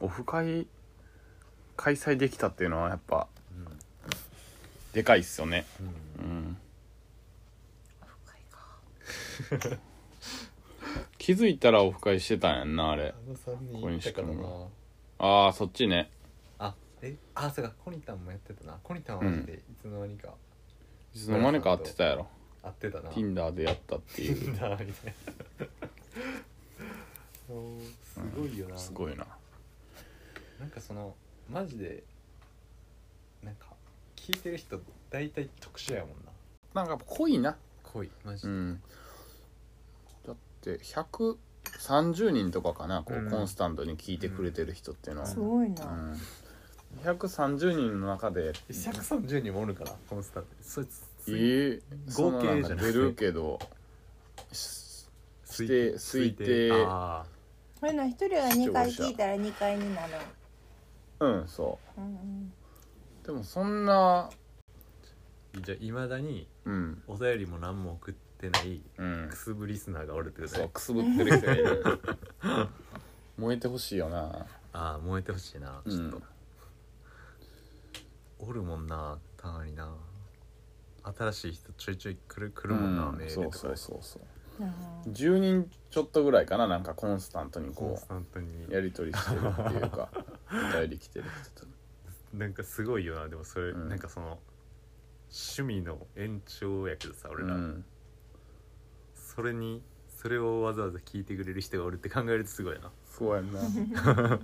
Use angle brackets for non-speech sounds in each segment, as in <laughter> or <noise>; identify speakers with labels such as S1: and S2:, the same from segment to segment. S1: オフ会開催できたっていうのはやっぱでかいっすよね
S2: うんうん
S1: うん
S3: 深いか
S1: <laughs> 気づいたらオフ会してたんやんなあれ
S2: あの3人行ったから
S1: 小西君
S2: な
S1: がああそっちね
S2: あえあそうかコニタンもやってたなコニタンはマジでいつの間にか
S1: いつの間にか会ってたやろ
S2: 会ってたな
S1: Tinder でやったっていう
S2: <laughs> Tinder みたいなもうすごいよな、
S1: すごいな
S2: なんかそのマジでなんか聞いてる人大体特殊やもんな
S1: なんかやっぱ濃いな
S2: 濃いマジ
S1: う
S2: で、
S1: んだって130人とかかなこ
S2: うん
S1: うコンスタントに聞いてくれてる人っていうのは
S3: すごいうな、
S1: ん130人の中で
S2: 130人もおるからコンスタントにそいつ
S1: え
S2: つい
S1: ー、
S2: 合計じ
S1: そのな
S2: ゃなくて
S1: んか出るけどしして推定
S2: あ
S3: これの一人は2回聞いたら2回になる
S1: うんそ
S3: うんうん
S1: うでもそんな
S2: ーじゃあいまだに
S1: うん
S2: お便りも何も送ってない
S1: うん
S2: クスブリスナーがおるってこと
S1: そう
S2: ね
S1: くすぶってる人がい
S2: <laughs>
S1: る燃えてほしいよな
S2: ああ燃えてほしいなちょっと、おるもんなたまにな新しい人ちょいちょい来る来るもんな、
S1: うん
S2: メー
S1: そ
S2: ル
S1: う
S2: とか
S1: そ
S2: で
S1: うそうそう
S3: うん
S1: 10人ちょっとぐらいかななんかコンスタントに
S2: コン
S1: こ
S2: スタントに
S1: うやり取りしてるっていう
S2: <laughs>
S1: かお便り来てる人と
S2: なんかすごいよなでもそれ、
S1: うん
S2: なんかその趣味の延長やけどさ俺ら、
S1: うん
S2: それにそれをわざわざ聞いてくれる人がおるって考えるとすごいなな
S1: そうやんな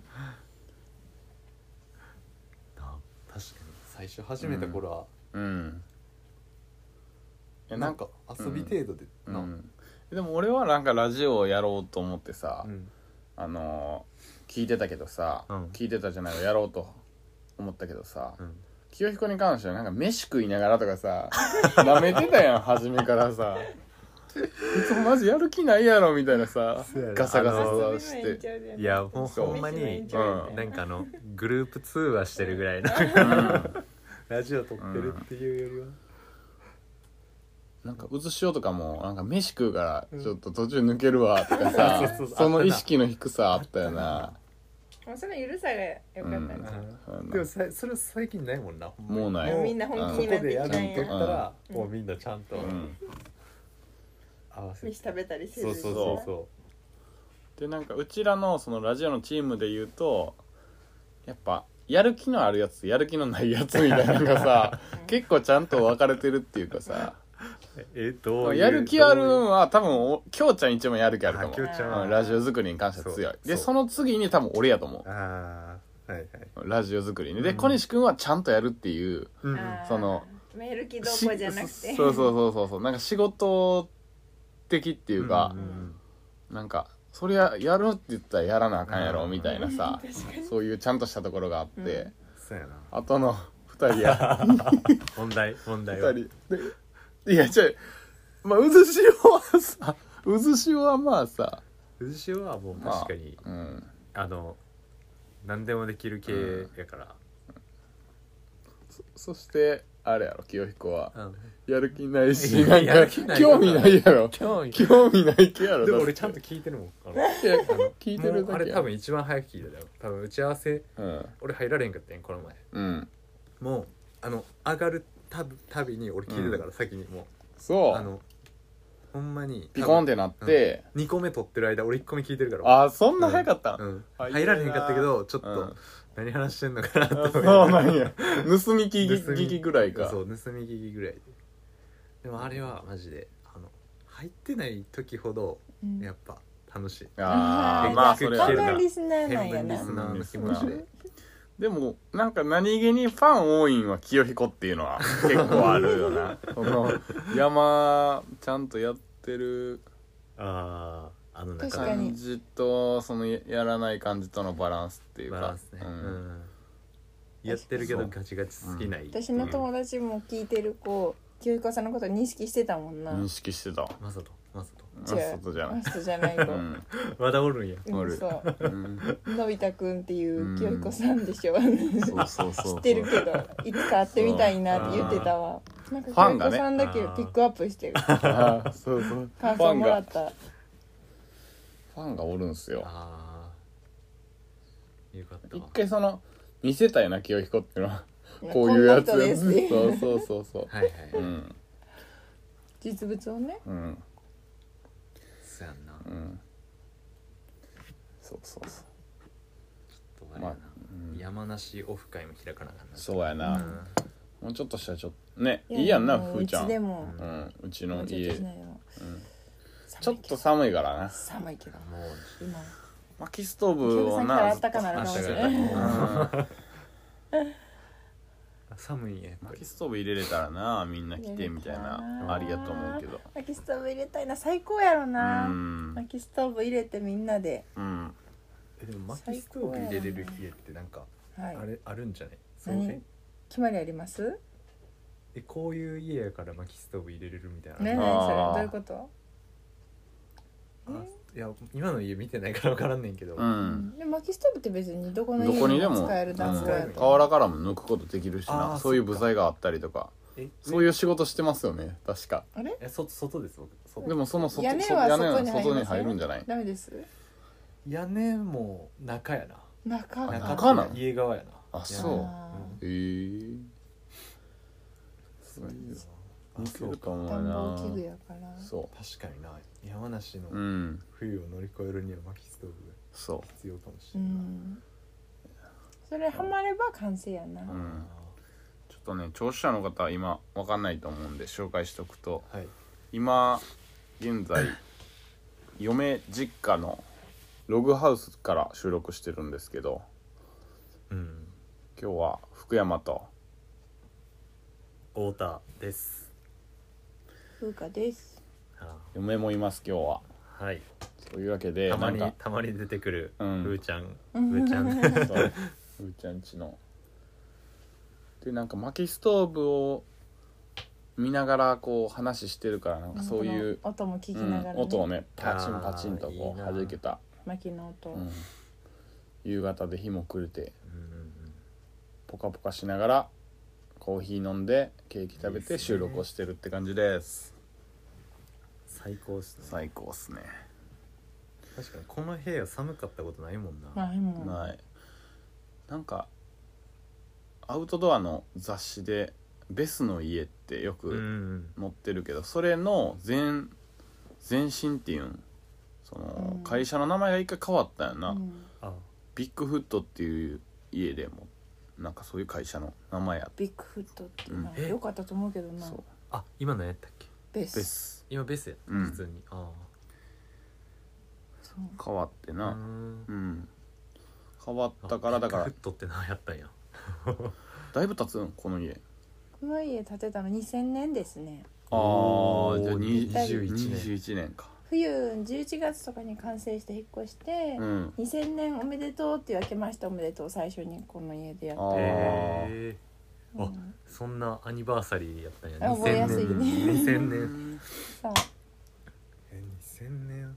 S2: あ確かに最初始めた頃は、
S1: うんいや
S2: なんか遊び程度でな、
S1: うん、でも俺はなんかラジオをやろうと思ってさ、
S2: うん
S1: あのー聞いてたけどさ、
S2: うん
S1: 聞いてたじゃないわやろうと思ったけどさ、
S2: うん
S1: 清彦に関してはなんか飯食いながらとかさ <laughs> 舐めてたやん初めからさいつもマジやる気ないやろみたいなさ
S2: そうやね
S1: ガサガ
S2: あの
S1: サし
S3: 遊びの延
S1: て、
S3: 長だよね
S2: いやもう
S1: そう
S2: ほんまに、
S3: うん
S2: なんかあのグループ通話してるぐらいの
S1: うん
S2: <laughs> ラジオ撮ってるっていうよりは、
S1: なんか映しようとかもなんか飯食うからちょっと途中抜けるわとかさ、
S2: うんそうそうそう
S1: その意識の低さあったよな
S3: もうその緩さが良かったね、
S1: うん
S2: でもさそれ最近ないもんなほんまに
S1: もうない
S3: みんな本
S2: こ
S3: 気にな
S2: こ
S3: って
S2: で
S3: き
S2: や
S3: た
S2: る
S3: ん
S2: んと
S3: や
S2: ったら、もうみんなちゃんと
S1: うん
S2: 合わせて、
S3: 飯食べたりせず
S2: そう
S3: に
S2: そうそうそ
S1: でなんかうちらのそのラジオのチームで言うとやっぱやる気のあるやつとやる気のないやつみたいなのが
S3: <laughs>
S1: さ結構ちゃんと分かれてるっていうかさ
S2: うえどういう
S1: やる気ある
S2: どういうん
S1: は多分おきょうちゃん一番やる気あるか
S2: あきょう
S1: も、
S2: ちゃん
S1: うんラジオ作りに関しては強い
S2: そう
S1: で
S2: そう
S1: その次に多分俺やと思
S2: ああはいはいう
S1: ラジオ作りにで、
S2: うん
S1: 小西君はちゃんとやるっていう
S2: うんうん
S3: あー
S1: その
S3: メール機どうこうじゃなくて
S1: しそうそうそうそうそうなんか仕事的っていうか、
S2: んん
S1: なんかそりゃやるって言ったらやらなあかんやろ
S2: うん
S1: みたいなさ
S3: 確かに
S1: そういうちゃんとしたところがあって、
S3: うん
S2: そうやな
S1: あと
S2: <laughs>
S1: の2人や
S2: 問題問題は
S1: 2人でいや違うまあ渦潮はさ渦潮はまあさ、
S2: 藤潮はもう
S1: まあ、
S2: 確かに、
S1: うん
S2: あ、の何でもできる系やから、
S1: そしてあれやろ清彦は
S2: うん、
S1: やる気ない
S2: い
S1: し
S2: や
S1: なん
S2: や
S1: か
S2: る気ない
S1: 興味ないやろ
S2: 興味
S1: 興味ない系やろ
S2: でも俺ちゃん
S1: と
S2: と <laughs> 聞いてるもんあの
S1: 聞いてる
S2: もう
S1: だ
S2: あ
S1: け
S2: れ多分一番早く聞いただよ多分打ち合わせ
S1: うん
S2: 俺入られへんかったやんこの前
S1: うん
S2: もうあの上がるたぶたびに俺聞いてたから、先にもう
S1: そ
S2: あ
S1: う
S2: のほんまに
S1: ピコンってなって、
S2: 2個目撮ってる間俺1個目聞いてるから
S1: あそんな早かった、
S2: うん、
S1: あいいな
S2: 入られへんかったけどちょっと、
S1: うん
S2: 何話してんのかなと
S1: あそ
S2: 思
S1: う
S2: いながら
S1: なんや盗み聞
S2: 盗み
S1: き聞きぐらいか
S2: そう盗み聞きぐらいででもあれはマジであの入ってない時ほど
S3: うん
S2: やっぱ楽しい、
S1: あ
S3: う
S1: あ
S3: ん
S1: まあそれはあ
S3: こん
S1: るな
S3: なリスナーなんや
S2: 変分リ
S3: な
S2: スナーの気持ちで
S1: でもなんか何気にファン多いんは清彦っていうのは結構あるよ
S3: <laughs>
S1: なその山ちゃんとやってる
S2: あああの中
S3: 確かに
S1: 感じとそのやらない感じとのバランスっていうか
S2: バランスね、
S1: う
S2: うんんやってるけどガチガチ好きない、
S3: 私の友達も聞いてる子清子さんのこと認識してたもんな
S1: 認識してたわ
S2: マサトマサト
S1: マストじ
S3: <laughs>
S1: ゃない
S3: 人じゃない子
S1: う
S3: うん
S1: ん
S2: まだおるんや
S1: おる
S3: そう
S1: うん
S3: のび太くんっていう清子さんで
S1: <laughs>
S3: しょ
S1: そうそうそう
S3: 知ってるけどいつか会ってみたいなって言ってたわなんか
S1: ファン
S3: 清
S1: が
S3: 子
S1: ね
S3: さんだけピックアップしてる
S1: あーそうそうフ
S3: 感
S1: ァ
S3: 想
S1: ン
S3: もら
S1: が
S3: った
S1: ファンがおるんすよ
S2: ああよかった
S1: 一
S2: わ
S1: 回その見せたいな清彦っていうのはこう
S3: こ
S1: い
S3: ん
S1: う
S3: な
S1: やつ
S3: 人ですって
S1: そ
S3: いう
S1: うそうそうそう
S2: はいはい、
S1: うん
S3: 実物をね
S1: うん
S2: そうやんなちょ
S1: うんそうそうそう
S2: っとあれやな、
S1: まあうん
S2: 山梨オフ会も開かなあかんな
S1: そうやな、
S2: うん
S1: もうちょっとしたらちょっとねいいやんな
S3: もう
S1: ふーちゃ
S3: いつで
S1: ん
S3: も
S1: う、んうち
S3: も
S1: の
S3: うちょ
S1: 家
S3: っとしないでも
S1: ちょっと寒いからな
S3: 寒いけど
S2: もう
S3: 今
S1: 薪ストーブ
S3: 清
S1: を
S3: さんから
S1: な
S3: あったかなるかもしれな
S2: あった
S3: い
S2: かい
S1: うん
S2: 寒いね
S1: 薪ストーブ入れれたらなみんな来てみたい
S3: 入れれた
S1: な
S3: ら
S1: ありやと思うけど
S3: 薪ストーブ入れたいな最高やろ
S1: う
S3: な、
S1: ん
S3: 薪ストーブ入れてみんなで、
S1: うん
S2: えでも薪ストーブ入れれる家ってなんか
S3: は
S2: あ
S3: い、
S2: れあるんじゃないそう
S3: 何
S2: え
S3: 決まりあります
S2: えこういう家やから薪ストーブ入れれるみたいな
S3: ねえ
S1: あー
S3: 何それどういうこと
S2: あいや今の家見てないから分からんねんけど、
S1: う
S3: うんで薪ストーブって別にどこの
S1: どこにで
S3: 家で
S1: も
S3: も使える段階や
S2: うん
S3: と思う、
S1: 瓦からも抜くことできるしな
S2: あー
S1: そういう部材があったりとか
S2: え
S1: そういうう仕事してますよね確か
S3: あれ
S2: えそ外です僕外
S1: でもその外
S3: 屋根は
S1: 外屋根は
S3: 外に入りますよ
S1: 外に入るんじゃない
S3: ダメです
S2: 屋根も中やな
S3: 中
S1: あ
S2: 中
S1: 中な
S2: っていうか家側やな
S1: あ
S2: 屋根
S1: そう
S2: うん
S1: へえそういう
S2: あ
S1: 似て
S2: そう
S1: るか
S2: か
S1: も
S3: 暖
S1: な
S3: 房器具やから
S1: そ
S2: 確かにな山梨
S1: うう
S2: の
S1: ん
S2: 冬を乗り越えるには薪ストーブが
S1: そ
S2: 必要かもし
S3: う
S2: れない、
S3: んそれハマれば完成やな、
S1: うう
S2: あ
S1: んちょっとね聴取者の方は今わかんないと思うんで紹介しておくと
S2: ーはい
S1: 今現在嫁実家のログハウスから収録してるんですけど
S2: うん
S1: 今日は福山と
S2: 太田です
S3: 風花です
S2: あ
S1: 嫁もいます今日は
S2: ーはい
S1: というわけで
S2: たまに
S1: なんか
S2: たまに出てくるふ
S1: うん
S2: ーちゃんふーちゃん
S1: そうふーちゃんちのでなんか薪ストーブを見ながらこう話してるからなんかそういう、
S3: この音も聞き
S1: うん
S3: ながら、ね
S1: 音をねパチンパチンと
S2: あーい
S1: こ
S2: いうな
S1: 弾けた
S3: 薪の音、
S1: うん、夕方で日も暮れて
S2: うんうん
S1: ポカポカしながらコーヒー飲んでケーキ食べ
S2: いいっす
S1: て
S2: ね
S1: 収録をしてるって感じです
S2: 最高っすね
S1: 最高っすね
S2: 確かにこの部屋寒かったことないもんな、
S3: ないもん
S1: ないなんかアウトドアの雑誌で「ベスの家」ってよく、
S2: うんうん
S1: 載ってるけどそれの前前身っていうんその
S3: うん
S1: 会社の名前が一回変わったんやな、
S3: うん
S2: あ
S1: ビッグフットっていう家でもなんかそういう会社の名前やっ
S3: ビッグフットっていうの
S1: う
S3: は
S2: んえ
S3: 良かったと思うけど
S1: た
S3: な、
S1: そう
S2: あ今何やったっけ
S3: ベ
S1: で
S3: ス
S1: す
S2: 今ベスやった、
S1: うん
S2: 普通にあ
S3: そう
S1: 変わって
S2: あ
S1: な
S2: うん
S1: うん、変わったから
S2: あ
S1: だか
S2: フ
S1: ら
S2: ットって何やったんや
S1: だいぶ経つんこの家
S3: この家建てたの2000年ですね
S1: あ
S2: お
S1: あ
S2: ー
S1: じゃあに
S2: 21年
S1: 21年か
S3: 冬11月とかに完成して引っ越して、
S1: うん
S3: 2000年おめでとうっていう明けましておめでとう最初にこの家でやっ
S1: あー
S2: へえ
S3: た、
S2: あ
S3: うん
S2: そんなアニバーサリーやったんや
S3: あ覚えやすいね
S1: <laughs>
S2: 2000年
S3: そう
S2: え2000年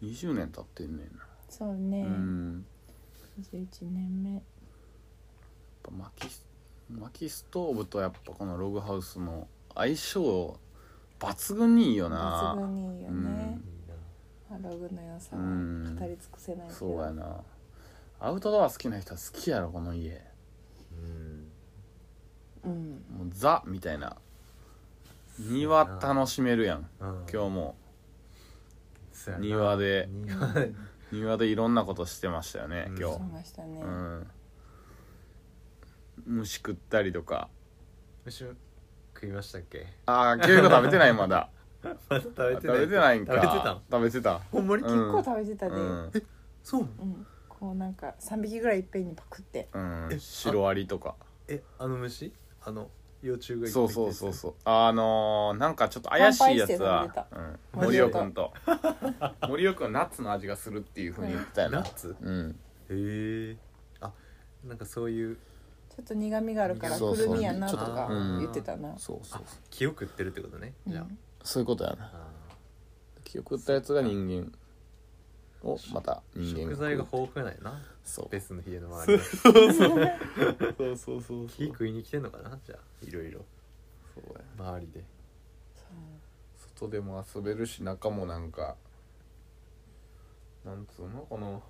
S1: 20年経ってんねんな、
S3: そうね、
S1: うん
S3: 21年目
S1: やっぱ薪ス薪ストーブとやっぱこのログハウスの相性抜群にいいよ
S3: 抜
S1: な
S3: 群にいいよね、
S2: いいな
S3: まあ、ログの良さは
S1: うん
S3: 語り尽くせないけど、
S1: そうやなアウトドア好きな人は好きやろこの家
S2: うん
S3: うん
S1: もうザみたいな庭楽しめるやん
S2: 今
S1: 今日も
S2: そうやな
S1: 庭で
S2: 庭で <laughs>
S1: 庭でいろんなことしてましたよね
S2: うん
S1: 今
S3: し
S1: 日
S3: ましたね、
S1: うん虫食ったりとか
S2: 虫食いましたっけ
S1: ああ結構食べてないまだ
S2: まだ食べ
S1: 食べてないんか
S2: 食べてたん
S1: 食べてた
S2: ほんまに
S1: うん
S3: 結構食べてたで、
S1: うん
S2: そう
S3: うん、こうなんか3匹ぐらいいっぺんにパクって
S1: うん
S2: え
S1: シロアリとか
S2: えあの虫あの幼虫がいっぱい
S1: そうそうそう
S2: う
S1: そうあのー、なんかちょっと怪しいやつ
S3: 乾杯して
S1: は、うん、
S3: 飲ん
S1: 森
S3: で
S1: 尾
S3: た
S1: くんと森尾くんナッツの味がするっていうふうに言ってたよ
S2: ナ
S1: な
S2: ッツ
S1: うん
S2: へえあなんかそういう
S3: ちょっと苦味があるから
S1: そう
S3: く
S1: そう
S3: るみやなと
S2: ちょっ
S3: か
S2: とうん
S3: 言ってたな
S1: そうそうそう
S2: 気を食ってるってことねじゃ
S3: うん
S1: そういうことやな
S2: あ
S1: 記憶ったやつが人間をまた
S2: あー
S1: 人間
S2: 食材が豊富なんやな
S1: そう
S2: ベスの家の周りに
S1: そうそうそう
S2: 木食いに来てんのかなじゃあいろいろ
S1: そうや
S2: 周りで
S1: 外でも遊べるし中もなんかなんつうのこの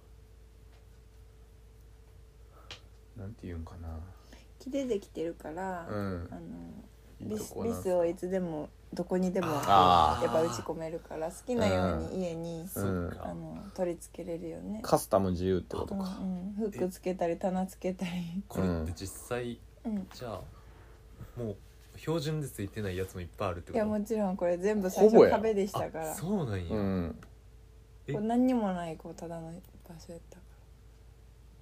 S1: ていうんかな
S3: 木出てきてるから、
S1: うん
S3: あの
S1: いい
S3: リ
S1: と
S3: ス
S1: こ
S3: リ
S1: なんす
S3: スをいつでもどこにでもや
S1: あ
S2: ー
S3: っぱ打ち込めるから好きなように家に、
S1: うん
S3: あの取り付けれるよね。
S1: カスタム自由ってこと
S3: うんう
S1: か、
S3: ん、フックつけたり棚つけたり、
S2: これって実際
S3: うん、
S2: じゃあもう標準でついてないやつもいっぱいあるって
S3: い
S2: こと
S3: やもちろんこれ全部最
S1: ほぼ
S3: 初
S1: や
S3: 壁でしたから
S2: あそうなん
S1: う
S2: や、
S1: ん、
S2: え
S3: これ何にもないこうただの場所やったか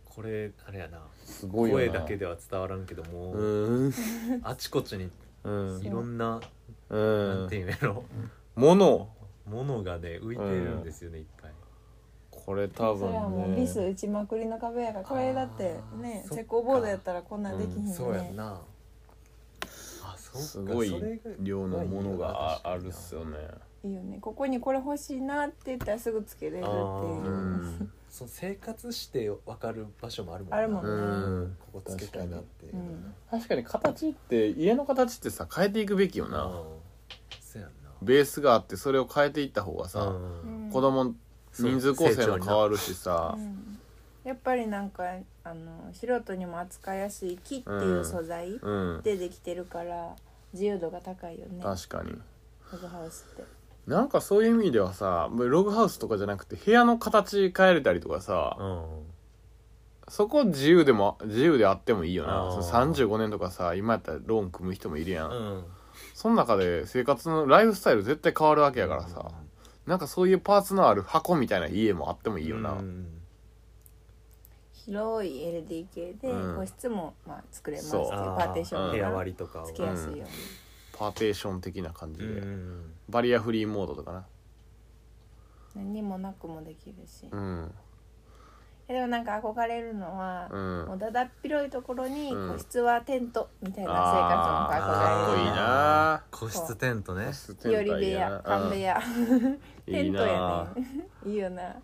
S2: これあれやな
S1: すごいよな
S2: 声だけでは伝わらんけども、
S1: うーん
S2: あちこちに
S1: うん
S2: いろんな、
S1: う
S2: なん
S1: ん
S2: ていうんやろ
S1: もの
S2: ものがね浮いてるんですよね、いっぱい
S1: これ
S3: ら
S1: 多
S3: そ
S1: 分
S3: れはもう
S1: ね
S3: リス打ちまくりの壁やからこれだってね
S2: あーそっか
S3: 石膏ボードやったらこんなんできひんね、
S2: そうやんなあそう
S1: すごい量のものがああるっすよね
S3: いいよねここにこれ欲しいなって言ったらすぐつけれるって
S1: う
S3: いう
S2: あ
S1: ん
S2: その生活して分かる場所もあるもんな
S3: あるもん
S1: うん
S2: ここつけたいなっていう
S3: う
S2: な、
S3: ん
S1: 確かに形って家の形ってさ変えていくべきよな
S2: そうやんな
S1: ベースがあってそれを変えていった方がさ
S2: うん
S1: 子供人数構成も変わるしさ
S3: うんやっぱりなんかあの素人にも扱いやすい木っていう素材
S1: うん
S3: でできてるから自由度が高いよね
S1: 確かに
S3: ログハウスって
S1: なんかそういう意味ではさログハウスとかじゃなくて部屋の形変えれたりとかさ
S2: うん
S1: そこ自由でも自由であってもいいよな
S2: あー
S1: その35年とかさ今やったらローン組む人もいるやん、
S2: うん
S1: その中で生活のライフスタイル絶対変わるわけやからさ、なんかそういうパーツのある箱みたいな家もあってもいいよな、
S2: うん
S3: 広い LDK で
S1: うん
S3: 個室も、まあ、作れます
S1: そ
S3: っていううパーテーション
S1: うん
S3: が
S2: 部屋割りとかを
S3: つけやすいよね、
S1: パーテーション的な感じ
S2: う
S1: で、
S2: ん
S1: バリアフリーモードとかな
S3: 何にもなくもできるし、
S1: うん
S3: えでもなんか憧れるのは、
S1: うん
S3: もうだだっ広いところに
S1: うん
S3: 個室はテントみたいな生活も
S1: あーかっ
S3: 憧
S1: こい
S3: れる
S1: い
S3: な
S1: な
S2: 個室テントね
S3: 日和部屋缶部屋
S1: うん
S3: テ
S1: いい
S3: ントや
S1: な
S3: ねんいいよな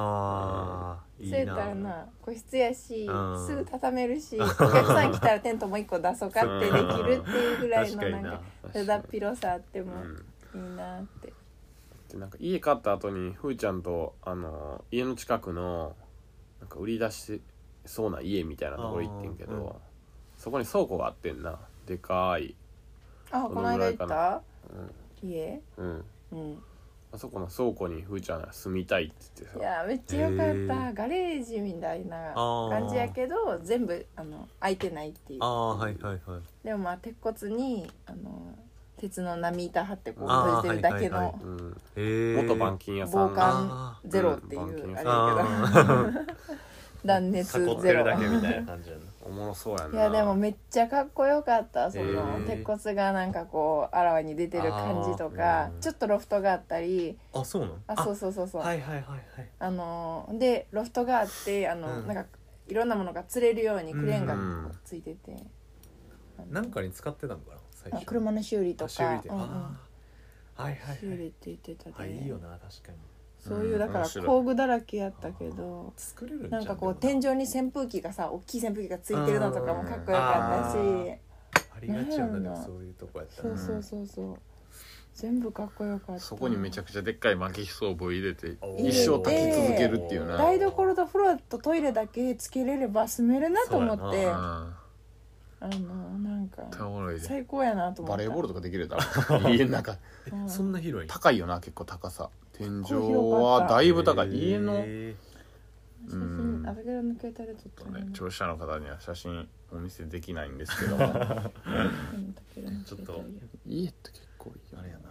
S2: ああ
S3: そうやったらな個室やし、
S2: うん
S3: すぐ畳
S1: <laughs>
S3: めるしお客さん来たらテントもう一個出そうかってできるっていうぐらい
S2: 確
S3: の
S2: か
S3: な
S2: に
S3: んか
S2: な
S3: <laughs> だだっ広さあっても
S1: うん
S3: いいなって、
S1: でなんか家買った後にふーちゃんとあの家の近くのなんか売り出しそうな家みたいなところ行ってんけど、
S2: あーうん
S1: そこに倉庫があってんなでかい、
S3: あこの間行っ
S1: どのぐ
S3: た
S1: うん
S3: 家
S1: うん、
S3: うん
S1: あそこの倉庫にふーちゃんが住みたいって言って
S3: い
S1: さ
S3: やめっちゃよか
S2: へ
S3: った
S2: ー
S3: ガレージみたいな
S2: あー
S3: 感じやけど全部あの開いてないっていう
S2: ああはいはいはい
S3: でもまあ鉄骨にあの鉄の波板張ってこう
S2: あー
S3: 閉じてるだけ
S2: はいはい
S1: う
S3: の
S1: ん、
S2: へえ
S1: 元板金屋さん
S3: 防
S1: が
S3: 寒ゼロってい
S1: うん
S3: うあれやけど
S2: あ
S3: <laughs> 断熱
S2: ー囲っ
S3: ゼ
S2: て
S3: ロ
S2: るだけみたいな感じやな
S1: おもろそうやない
S3: やでもめっちゃかっこよかったそ
S2: へ
S3: の
S2: ー
S3: 鉄骨がなんかこうあらわに出てる感じとか
S2: あーうん
S3: ちょっとロフトがあったり
S2: あそうなの
S3: あそうそうそうそう
S2: はいはいはいはい
S3: あのーでロフトがあってあの、
S2: うん
S3: なんかいろんなものが釣れるようにクレーンが
S1: うん
S3: こうついてて、あの
S2: なんかに使ってたのかな最
S3: あ
S2: 初
S3: 車
S2: の
S3: の修理とか
S2: 修理で、
S3: うんうん
S2: あーはいはい
S3: 修
S2: は
S3: 理っ
S2: い
S3: て言ってたで
S2: あいいよな確かに
S3: そういうだか
S1: うん
S3: ら
S1: 面白い
S3: 工具だらけやったけど、
S2: 作れるんじゃ
S3: なんかこう天
S2: 井
S3: 井に扇風機がさ大きい扇風機がついてるのとかもかっこよかったし、
S2: うんありがちやな
S3: な
S2: んで
S3: やろな
S2: もそういうとこやった
S3: そ
S2: ら
S3: うそうそうそう全部かっこよかった
S1: そこにめちゃくちゃでっかい薪ストーブを入れて
S2: おー
S1: 一生炊き続けるっていうな、
S3: 台所と風呂とトイレだけつけれれば住めるなと思っ
S2: そう
S3: て
S2: や
S3: あ
S1: うん
S3: のなんか
S1: 絶対おもろいで
S3: 最高やなと思
S1: バ
S3: った
S1: レーボールとかできるだろ家の中
S2: え
S3: うん
S2: そんな広い
S1: 高いよな結構高さ天井
S3: ここ広か
S1: は
S3: った
S1: だいぶ高い家
S2: へ
S1: の
S2: ー
S3: 写
S1: うん
S3: 真あれぐらいの携帯で撮ったのね
S1: 聴者の方には写真お見せできないんですけど <laughs> も
S3: うんタケルの
S2: ちょっ
S3: 携
S2: と
S3: 帯で
S1: 家って結構いいよ
S2: あれ
S1: ね
S2: やな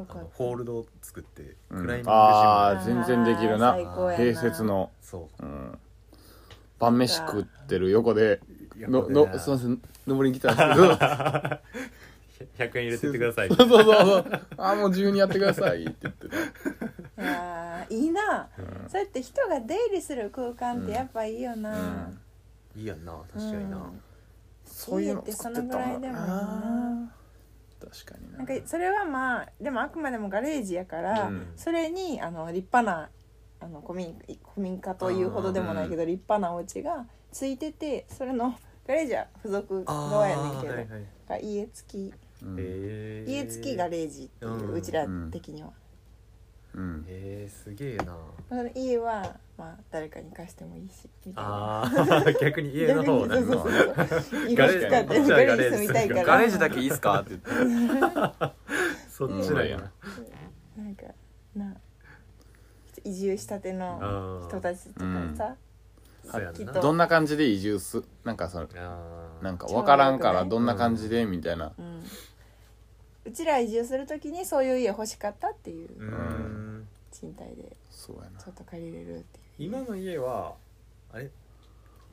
S3: よ
S2: あ
S3: か
S2: の
S3: った
S2: ホールドを作って
S1: うん
S2: クライミングジム
S1: あ
S3: ー
S1: ー全然できるな
S3: 最高やな
S1: 併設の、
S2: そ
S1: うん、晩飯食ってる横で「
S2: う
S1: の
S2: 横で
S1: の
S2: な
S1: すい
S2: <laughs>
S1: ません登りに来たんですけど
S2: 100円入れてってください
S1: そうそうそうあーもう自由にやってください」って言ってね
S3: いやーいいなそうやって人が出入りする空間ってやっぱいいよ
S1: う、
S3: なん
S2: いいやんな確かにな、
S3: うん
S1: そういうの作ってたもん
S3: 家ってそのぐらいでもいい
S1: な
S3: な
S1: 確かにな
S3: なんかそれはまあでもあくまでもガレージやから、
S1: うん
S3: それにあの立派なあの古民古民家というほどでもないけど立派なお家がついててそれの <laughs> ガレージは付属側やねんけど、
S2: はいはい
S3: が家付き
S1: うん
S2: へー
S3: 家付きガレージっていう、
S2: うん
S3: うちら的には、
S1: うん
S2: へえすげえな
S3: その家はまあ誰かに貸してもいいしみたいな
S2: ああ
S3: <laughs>
S2: 逆に家の方をね
S3: 逆にそうそうそうそう
S2: ガ
S3: ガ
S2: レージ
S3: レージ使って
S2: じゃあ
S3: ガレージ住みたいから
S2: ガ
S1: ガレージだけいいっすか?」って言って
S2: そ
S1: お
S2: っ
S1: も
S2: ち
S1: ろ
S2: だ
S1: い
S2: よ
S1: よ
S2: な
S1: な
S3: なんかな移住したての人たちとかさ、
S2: そうやんな
S3: さっき
S1: ど
S3: と
S1: んな感じで移住すなんかその
S2: あ
S1: なん
S2: ー
S1: か分からんからどんな感じでみたいな
S3: うん、うちら移住するときにそういう家欲しかったっていうう
S2: ーん
S3: 賃貸で
S1: そうやな
S3: ちょっと借りれるってい
S2: 今
S4: 今の家はあれ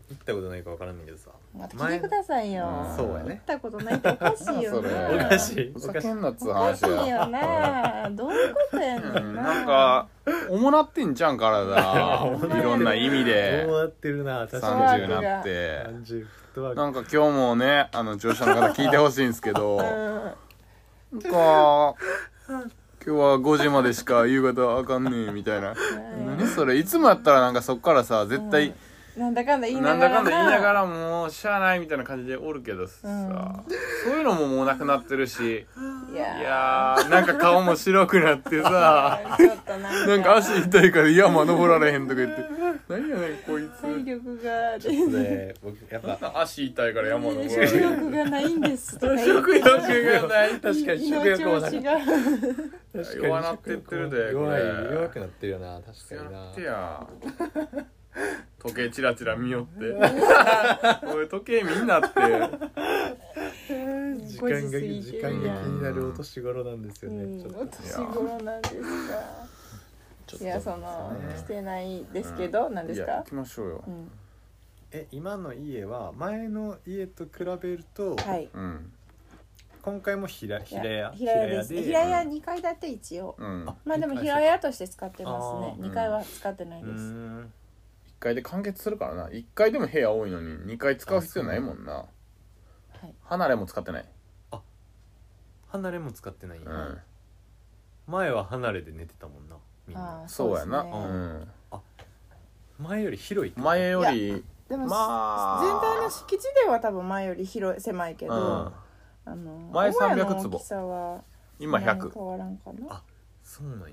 S4: 行ったことないか分からんねんけどさ
S3: うまた来てくださいよ
S1: 前
S4: そうや
S3: 行っ
S4: ね
S3: たことないっておかしいよな
S1: <laughs> それ
S2: おかしい
S1: ふざけんなっつう
S3: おか
S1: 話
S3: しい
S1: や
S3: よなどういうことやねんな,、
S1: うんなんかおもなってんじゃん
S2: <laughs>
S1: 体いろんな意味で
S2: どうなってるな確かに
S1: 30になって
S2: 30フットワー
S1: なんか今日もねあの乗車の方聞いてほしいんですけど
S3: うん
S1: なんか今日は5時までしか夕方あかんねえみたいな何それいつもやったらなんかそっからさ絶対
S3: なんだかんだ言い
S1: な
S3: なんが
S1: だ
S3: ら
S1: かんだ言いながらもうしゃあないみたいな感じでおるけどさそういうのももうなくなってる
S3: <laughs>
S1: し
S3: い
S1: い
S3: や
S1: やーなんか顔も白くなってさ
S3: ちょっとなんか
S1: なんか足痛いから山登られへんとか言って何やねんこい
S3: 体
S1: つ
S3: 力が
S4: ち
S2: <laughs>
S4: ょっとね僕やっぱ
S1: 足痛いから山登られ
S3: <laughs> 食
S1: へん
S3: 欲がないんですとか言
S1: 食
S3: って
S1: 欲がない
S2: 確かに食欲もなか
S3: 胃
S2: っ
S3: の調子が
S2: た確かに
S1: 弱なってってるで
S4: 弱い
S1: これ
S4: 弱くなってるよな確かに
S1: や
S4: な
S1: ってや時計チラチラ見よって
S3: <laughs>
S1: おい時計見んなって
S4: 時
S3: 5時
S4: 間
S3: 過
S4: が
S3: ぎ
S4: 時
S3: て
S4: 間
S3: る
S4: が
S3: や
S4: 気
S3: ん
S4: になるお年頃なんですよ
S3: う
S4: ね
S3: ん
S4: ちょっ
S3: お
S4: と
S3: 年頃なんですか
S4: ちょっ
S3: い
S4: と
S3: やその
S4: ね
S3: してないですけど何です
S1: いや行
S3: か
S1: きましょうよ
S3: うん
S4: え今の家は前の家と比べると
S3: はい
S1: うん
S4: 今回も平
S3: いや
S4: 平屋
S3: 平屋です
S4: 平
S3: 平
S4: 屋
S3: 屋2階建て一応
S1: うん
S4: あ
S3: まあでも平屋として使ってますね
S4: あー
S3: 2階は使ってないうです
S4: ーん
S1: 一階で完結するからな一階でも部屋多いのに二階使う必要ないもんな
S3: はい
S1: 離れも使ってない
S4: 離れも使ってないん
S1: う
S4: や
S1: ん
S4: 前は離れで寝てたもんなみん
S3: あ
S4: な
S3: ー
S1: そうやな
S3: そううです
S1: ん
S4: 前より広いってこと
S1: 前より
S3: でも
S1: まあ
S3: 全体の敷地では多分前より広い狭いけ
S1: うん
S3: どあの
S1: 前
S3: 母屋の
S1: 300坪
S3: 大きさは
S1: 今
S3: そんなに
S1: 100
S3: 変わらんかな
S4: あそうなんや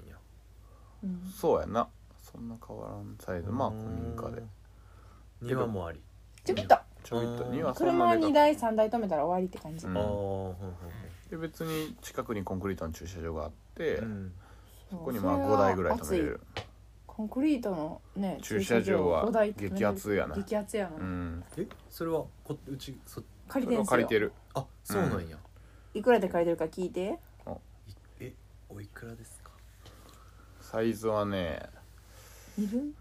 S3: うん
S1: そうやなそんな変わらんサイズまあ
S4: うー
S1: 古
S4: ん
S1: 民家で
S4: 庭もあり
S3: ちょびっと
S1: ちょいと
S4: うん
S1: 庭そん
S3: 車
S1: なで
S3: 2
S1: か
S3: 台3台止めたら終わりって感じ、
S1: う
S4: あ
S1: ん
S4: あほんほんほん
S1: くで別に近くにコンクリートの駐車場があって
S4: うん
S3: そ
S1: ここにまあ5台ぐらい止めれる
S3: コンクリートのね
S1: 駐車場は
S3: 駐五台止めれる
S1: 激アツやな
S3: 激アツやな、
S1: うん
S4: えそれはこうちそ
S3: 借りてんすよ
S1: 借りてる
S4: あそうなんや
S3: いくらで借りてるか聞いて
S4: いえおいくらですか
S1: サイズはね
S3: いる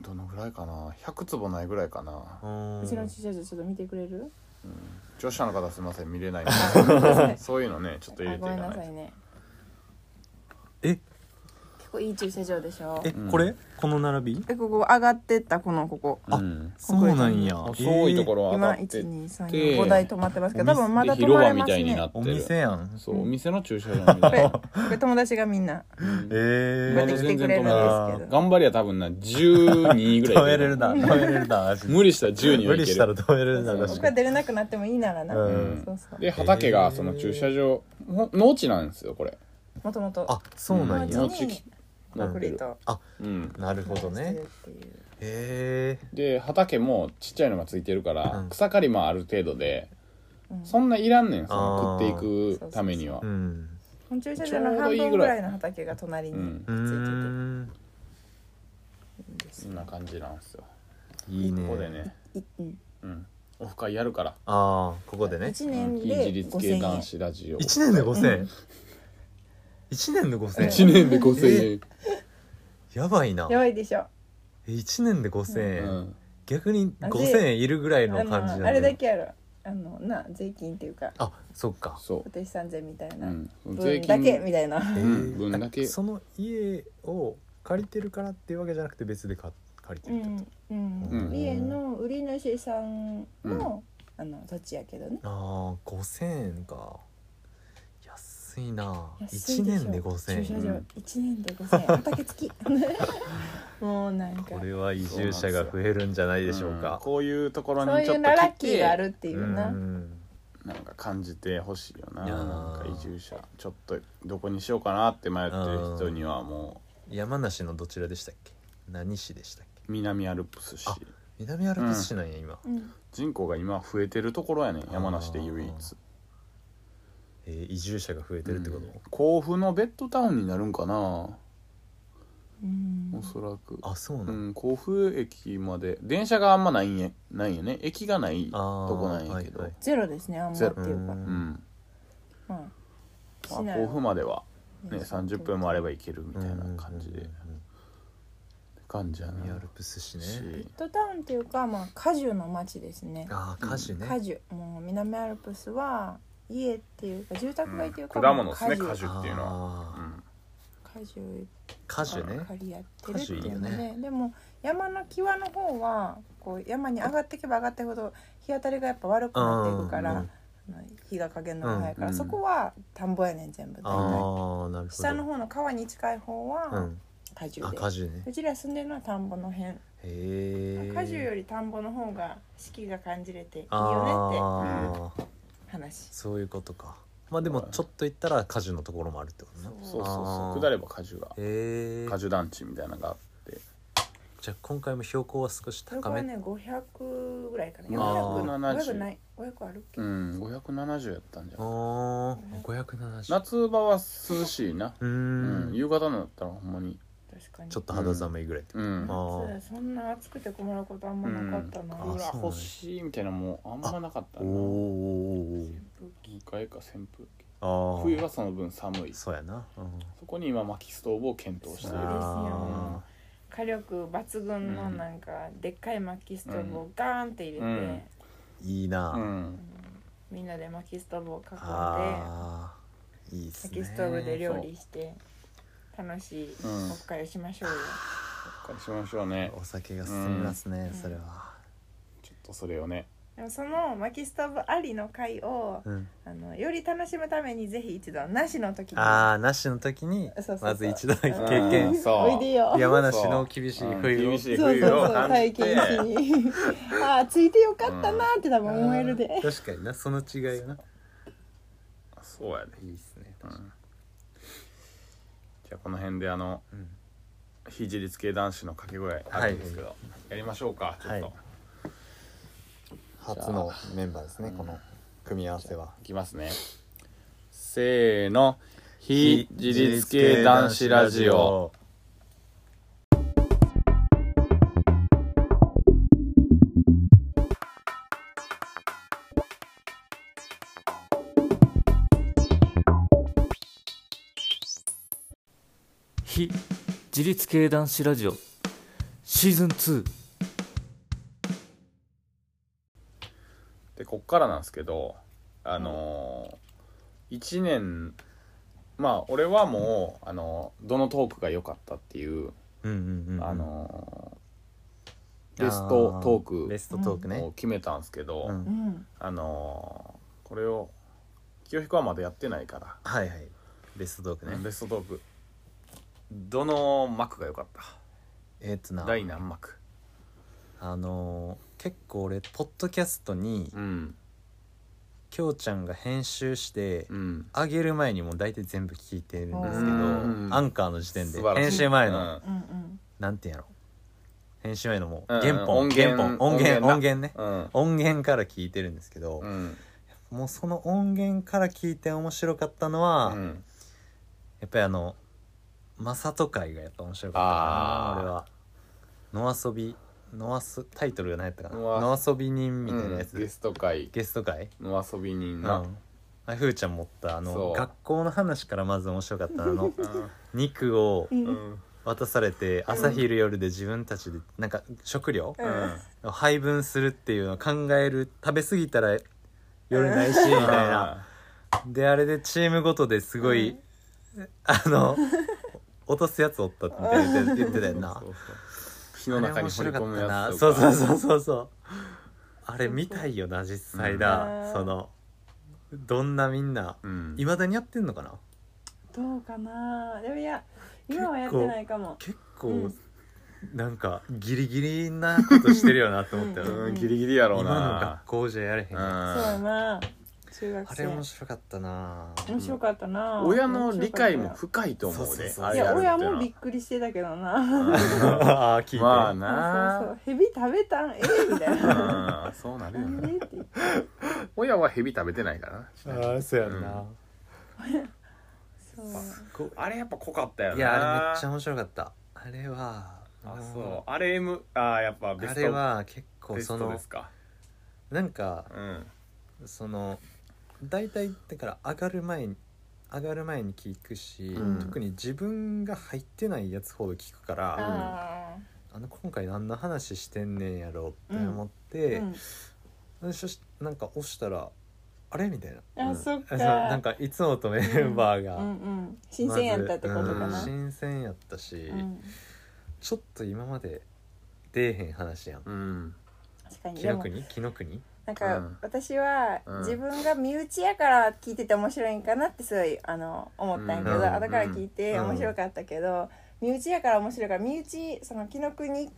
S1: どのぐらいかな100坪ないぐらいかな
S4: う
S3: うちの駐車場ちょっと見てくれる
S1: 乗車の方すいません見れないんで
S3: <laughs>
S1: そういうのね <laughs> ちょっと入
S3: あ
S1: れてい
S3: ごめ
S1: か
S3: んな
S1: な
S3: さい
S1: い
S3: ね
S4: え
S3: 結構いい駐車場でしょ
S2: え
S1: うん
S2: これこの並び
S3: えここ上がってったこのここ
S1: とうん
S2: そうなんや
S1: あそういうところ上が
S3: 今
S1: って
S3: 1235台止まってますけど多分まだ
S1: で
S3: 止ま
S1: 広場
S3: れ
S1: み
S3: ま
S1: た
S3: す
S1: いにな
S3: ね
S1: って
S2: お
S1: る
S2: 店やん
S1: そうお店の駐車場みた
S3: こ
S1: い
S3: れ
S1: な
S3: これ友達がみんな
S1: うん
S2: え
S3: 持ってきてくれるんですけど
S1: 頑張りゃ多分な12ぐらい
S2: 止めれるな止めれる
S1: <laughs>
S2: なマジで
S1: 無理したら10に
S2: 無
S1: はい
S2: 理
S1: け
S2: したら
S1: る
S2: 止めれるな確
S3: 僕
S2: か
S3: が
S2: に
S3: 出れなくなってもいいならな、
S2: うん
S3: そうそう
S1: で畑がその駐車場ほ農地なんですよこれ
S3: もともと
S2: あそうなんや
S1: うん
S3: こっちにコンクリート
S1: うん
S2: なるほど
S3: して
S2: ね
S3: るっていう
S2: へえ
S1: で畑もちっちゃいのがついてるから、
S2: うん
S1: 草刈りもある程度で
S3: うん
S1: そんないらんねんそ
S2: あ
S1: の
S2: ー
S1: 食っていくためには
S2: うん
S3: この駐車場の半分ぐらいの畑が隣に
S1: う
S3: つい
S1: ん
S2: うーん
S3: てるんです
S1: そん
S3: よ
S1: な感じなんですよ
S2: いいね
S1: ここでね、
S3: いうん
S1: うん、オフ会やるから
S2: ああここでね
S3: 1年
S1: 非自
S3: で
S1: 立系
S3: 5000
S1: 男
S3: 円
S1: 子ラジオ
S2: 一年で五千円一年で五千
S1: 一
S2: 円
S1: 年で5000
S2: やばいな
S3: やばいでしょ
S2: え一年で五千
S1: 円、う
S2: 円
S1: ん、
S2: 逆に五千円いるぐら
S3: あ
S2: いの感じなん
S3: の
S2: で
S3: あれだけやろあのな税金っていうか
S2: あそっか
S1: そ、
S3: 固定資産税みたいう
S1: う
S3: な、
S1: ん、
S3: 分だけみたいな
S2: え
S1: うん分だけ
S2: その家を借りてるからっていうわけじゃなくて別でか借りて
S3: う
S2: るってこ
S3: んうん、
S1: うん
S3: 家の売り主さんの,、あの土地やけどね
S2: と、ああ五千円か安いな
S3: 安い
S2: 一
S3: でしょ
S2: 年で五千
S3: 駐
S2: 円
S3: 車
S1: う
S3: 場
S1: ん
S3: 一年で5000円
S1: <laughs>
S3: 畑付きもうなんか
S2: これは移住者が増えるんじゃないでしょう
S1: うん
S2: か
S1: こういうところ
S3: そう
S1: に
S3: い
S1: ちょっ
S3: う
S1: と
S3: なラ
S1: 来
S3: ッキーがあ
S1: て
S3: るって
S2: う
S3: いうな、
S2: ん
S1: なんか感じてほしいよない
S2: やー
S1: なんか移住者ちょっとどこにしようかなって迷ってる人にはも
S2: 山梨のどちらでしたっけ何市でしたっけ
S1: 南アルプス市
S2: あ南アルプス市なんや今、
S3: うん
S1: 人口が今増えてるところやねん山梨で唯一
S2: えー移住者が増えてるってこと、
S1: うん甲府のベッドタウンになるんかな
S3: うん
S1: おそらく
S2: あそうなん
S1: う
S2: だ、
S1: ん、甲府駅まで電車があんまないんやないんやね駅がない
S2: あー
S1: とこなんやけど、
S2: はいはい
S3: ゼロですねあんまって
S1: ゼ
S3: い
S1: ロ
S3: うか、うん
S1: う
S2: うん
S3: まあ
S1: まあ、甲府までは、
S3: で
S1: ね、30分もあれば行けるみたいな感じで、感じやな
S2: 南アルプス市
S1: し
S2: ね
S3: ベッドタウンっていうか、まあ、果樹の町ですね
S2: ああ歌手ね、
S3: 果樹もう南アルプスは家っていうか住宅街っていうか、
S1: うん果物ですね
S3: もう
S1: 果樹っていうの
S2: は
S1: うん
S3: 果樹
S2: 歌手
S3: ば
S2: ね
S3: っかりやってるってい
S2: 果樹いうよ
S3: ので、
S2: ね
S3: でも山の際の方はこう山に上がっていけば上がっていくほど日当たりがやっぱ悪くなっていくから、
S2: うん
S3: あの日が陰るのが早いから、
S1: うん
S3: そこは田んぼやねん全部大
S2: あ
S3: 体
S2: あなるほど
S3: 下の方の川に近い方
S2: う
S3: は
S2: ん
S3: 果樹で、
S2: あ果樹ね
S3: うちら住んでるのは田んぼの辺
S2: へえ
S3: 果樹より田んぼの方が四季が感じれていいよねっ
S2: ああ
S3: て話
S2: そういうことかまあでもちょっと行ったら果樹のところもあるってことなへ
S1: そうそう
S2: あ
S1: そう
S2: ー
S1: 下れば果樹が
S2: え
S1: 果樹団地みたいなのがあって
S2: じゃあ今回も標高は少し
S3: それ
S2: 高
S3: は
S2: め
S3: ね500ぐらいかな
S1: あー
S3: 400
S1: 70
S3: ない500あるっけ、
S1: うん570やったんじゃん
S2: ああ五百七十
S1: 夏場は涼しいな、
S2: う
S1: うん
S2: ん
S1: 夕方になったらほんまに
S3: 確かに
S2: ちょっと肌寒いぐらいってこ
S1: うん
S2: あー
S3: 夏そんな暑くて困ることあんまなかったな、
S2: うん
S1: う
S2: あ
S1: ら
S2: そうなんや
S1: 欲しいみたいなもうあんまなかった
S2: とお
S1: な
S2: お
S3: 扇風機
S1: 向かいか扇風機
S2: ああ
S1: 冬はその分寒い
S2: そうやなうん
S1: そこに今薪ストーブを検討している
S3: そうですよ
S2: あ
S3: 火力抜群のなんかでっかい薪ストーブをガーンって入れて、
S1: うん
S3: うん
S2: ーいいな
S1: うん
S3: みんなで薪ストーブを囲んで
S2: あーいいっすね
S3: 薪ストーブで料理して楽しいオフ会をしましょうよ、
S1: これしましょうね
S2: お酒が進みますね、それは、
S1: ちょっとそれをね
S3: でもその薪ストーブありの会を
S2: うん、
S3: あのより楽しむためにぜひ一度なしの時に
S2: ああなしの時に
S3: そうそうそう
S2: まず一度経
S1: う
S2: 験
S1: んそう
S3: おいで
S2: <laughs>
S3: よ
S2: 山梨の厳しい冬
S1: うん
S2: を
S1: 厳しい
S3: そうそう
S1: 冬を
S3: そう
S1: 感
S3: 体
S1: じて
S3: 験しに <laughs> ああついてよかったなーって多分思えるで、
S2: あー確かになその違いがな
S1: そうやね
S2: いいっすね
S1: う
S2: 確かに
S1: んじゃあこの辺であの
S2: うん
S1: 非自立系男子の掛け声あるんですけど、やりましょうかちょっと、
S2: はい初のメンバーですね
S1: うん
S2: この組み合わせはい
S1: きますねせーの非自立系男子ラジオ
S5: 非自立系男子ラジオシーズン2
S1: でこっからなんですけどあのー、1年まあ俺はもう、あのーどのトークが良かったっていう、
S2: うんうんうん
S1: あのー
S2: あー
S1: ベストト
S2: ベ
S1: ー
S2: ストトーク
S1: クを
S2: ね、
S1: 決めたんですけど、
S2: うん
S3: うん
S1: あのーこれを清彦はまだやってないから
S2: はいはいベストトークね、
S1: ベストトークどの幕が良かった
S2: えーっとな
S1: 第何幕
S2: あのー結構俺ポッドキャストに
S1: うん
S2: きょうちゃんが編集して、
S1: うん
S2: 上げる前にもう大体全部聞いてるんです
S1: う
S2: けど、
S1: ん
S2: アンカーの時点で
S1: 素晴らしい
S2: 編集前の、
S1: うん
S3: うんうん
S2: なんていうんやろ編集前のもう
S1: うん
S2: 原本、
S1: 音
S2: 原
S1: 源
S2: 本音源音源ね、
S1: うん
S2: 音源から聞いてるんですけど、
S1: うん
S2: もうその音源から聞いて面白かったのは、
S1: う
S2: や
S1: ん
S2: っぱりあのマサト会がやっぱ面白かった
S1: あー
S2: な俺は「野遊び」の遊タイトルが何やったかな「
S1: 野遊
S2: 野遊び人」みたいなやつ、
S1: うんゲスト会
S2: ゲスト会
S1: の遊び人
S2: う
S1: な、
S2: んあふーちゃん持ったあ
S1: そ
S2: の
S1: う
S2: 学校の話からまず面白かったなあ
S1: <laughs>
S2: の肉を
S1: うんうん
S2: 渡されて朝昼夜で自分たちでなんか食料
S3: うん
S2: を配分するっていうのを考える食べ過ぎたら夜ないしみたいなであれでチームごとですごい、あの <laughs> 落とすやつおったみたいな言って言ってたよな
S1: そうそうそう火の中に掘り込むやつ
S2: そう
S1: と
S2: そう
S1: か
S2: そうそうそうあれ見たいよな実際
S3: う
S2: な、
S3: ん
S2: そのどんなみんな
S1: うん
S2: いまだにやってんのかな
S3: どうかなでもいや今はやってないかも
S2: 結構、
S3: うん
S2: なんかギリギリなことしてるよなと思ったよ、
S3: うん
S1: うんギリギリやろう
S2: 今の
S1: な
S2: 学校じゃやれへん、
S1: うん
S3: そうやな中学
S2: あ
S3: 生
S2: れ面白かったな
S3: 面白かったな
S1: 親の理解も
S3: 面白かっ
S1: 深いと思う
S2: そうそう
S1: で
S2: そう
S1: あ
S3: たい
S1: れや
S3: や
S1: るって
S3: 親
S1: の
S3: も
S1: は
S3: びっくりしてたけどな
S2: ああ聞いて、
S1: まあ
S3: そうそうそ
S1: な
S3: う蛇食べたんえーみた
S1: <laughs>
S3: いな
S1: うんそうなるよ
S3: なん
S1: ね
S3: でって言って
S1: <laughs> 親は蛇食べてないからな
S2: ああそうやん
S1: う
S2: な、
S3: そう
S1: あれやっぱ濃かったよな
S2: い
S1: い
S2: やあれめっちゃ面白かったあれは
S1: あそうあれ M あーやっぱベ
S2: あ
S1: ス
S2: れ
S1: ト
S2: は結構
S1: ベス
S2: そ
S1: トで
S2: の
S1: すか
S2: なんか
S1: うん
S2: その大体だから上がる前に上がる前に聞くし、
S1: うん
S2: 特に自分が入ってないやつほど聞くから、
S3: あ
S2: あの今回何の話してんねんやろって思って
S3: ー、うん
S2: そしなんか押したら「あれ?」みたいな
S3: あ
S1: うん
S3: そっか
S2: そう <laughs> なんかいつもとメンバーが、
S3: うんうん新鮮やったってことか
S2: ま
S3: な
S2: ずうん新鮮やったし、
S3: うん
S2: ちょっと今まで出えへん話やん
S1: うん
S3: 確かに
S2: 紀
S3: で
S2: の
S3: も
S2: 国紀の国
S3: な
S1: う
S3: んか
S1: ん
S3: 私は
S1: うん
S3: 自分が身内やから聞いてて面白いんかなってすごいあの思ったんやけど、
S2: うん
S3: 後から聞いて
S2: うん
S3: 面白かったけど、身内やから面白いから身内その紀の国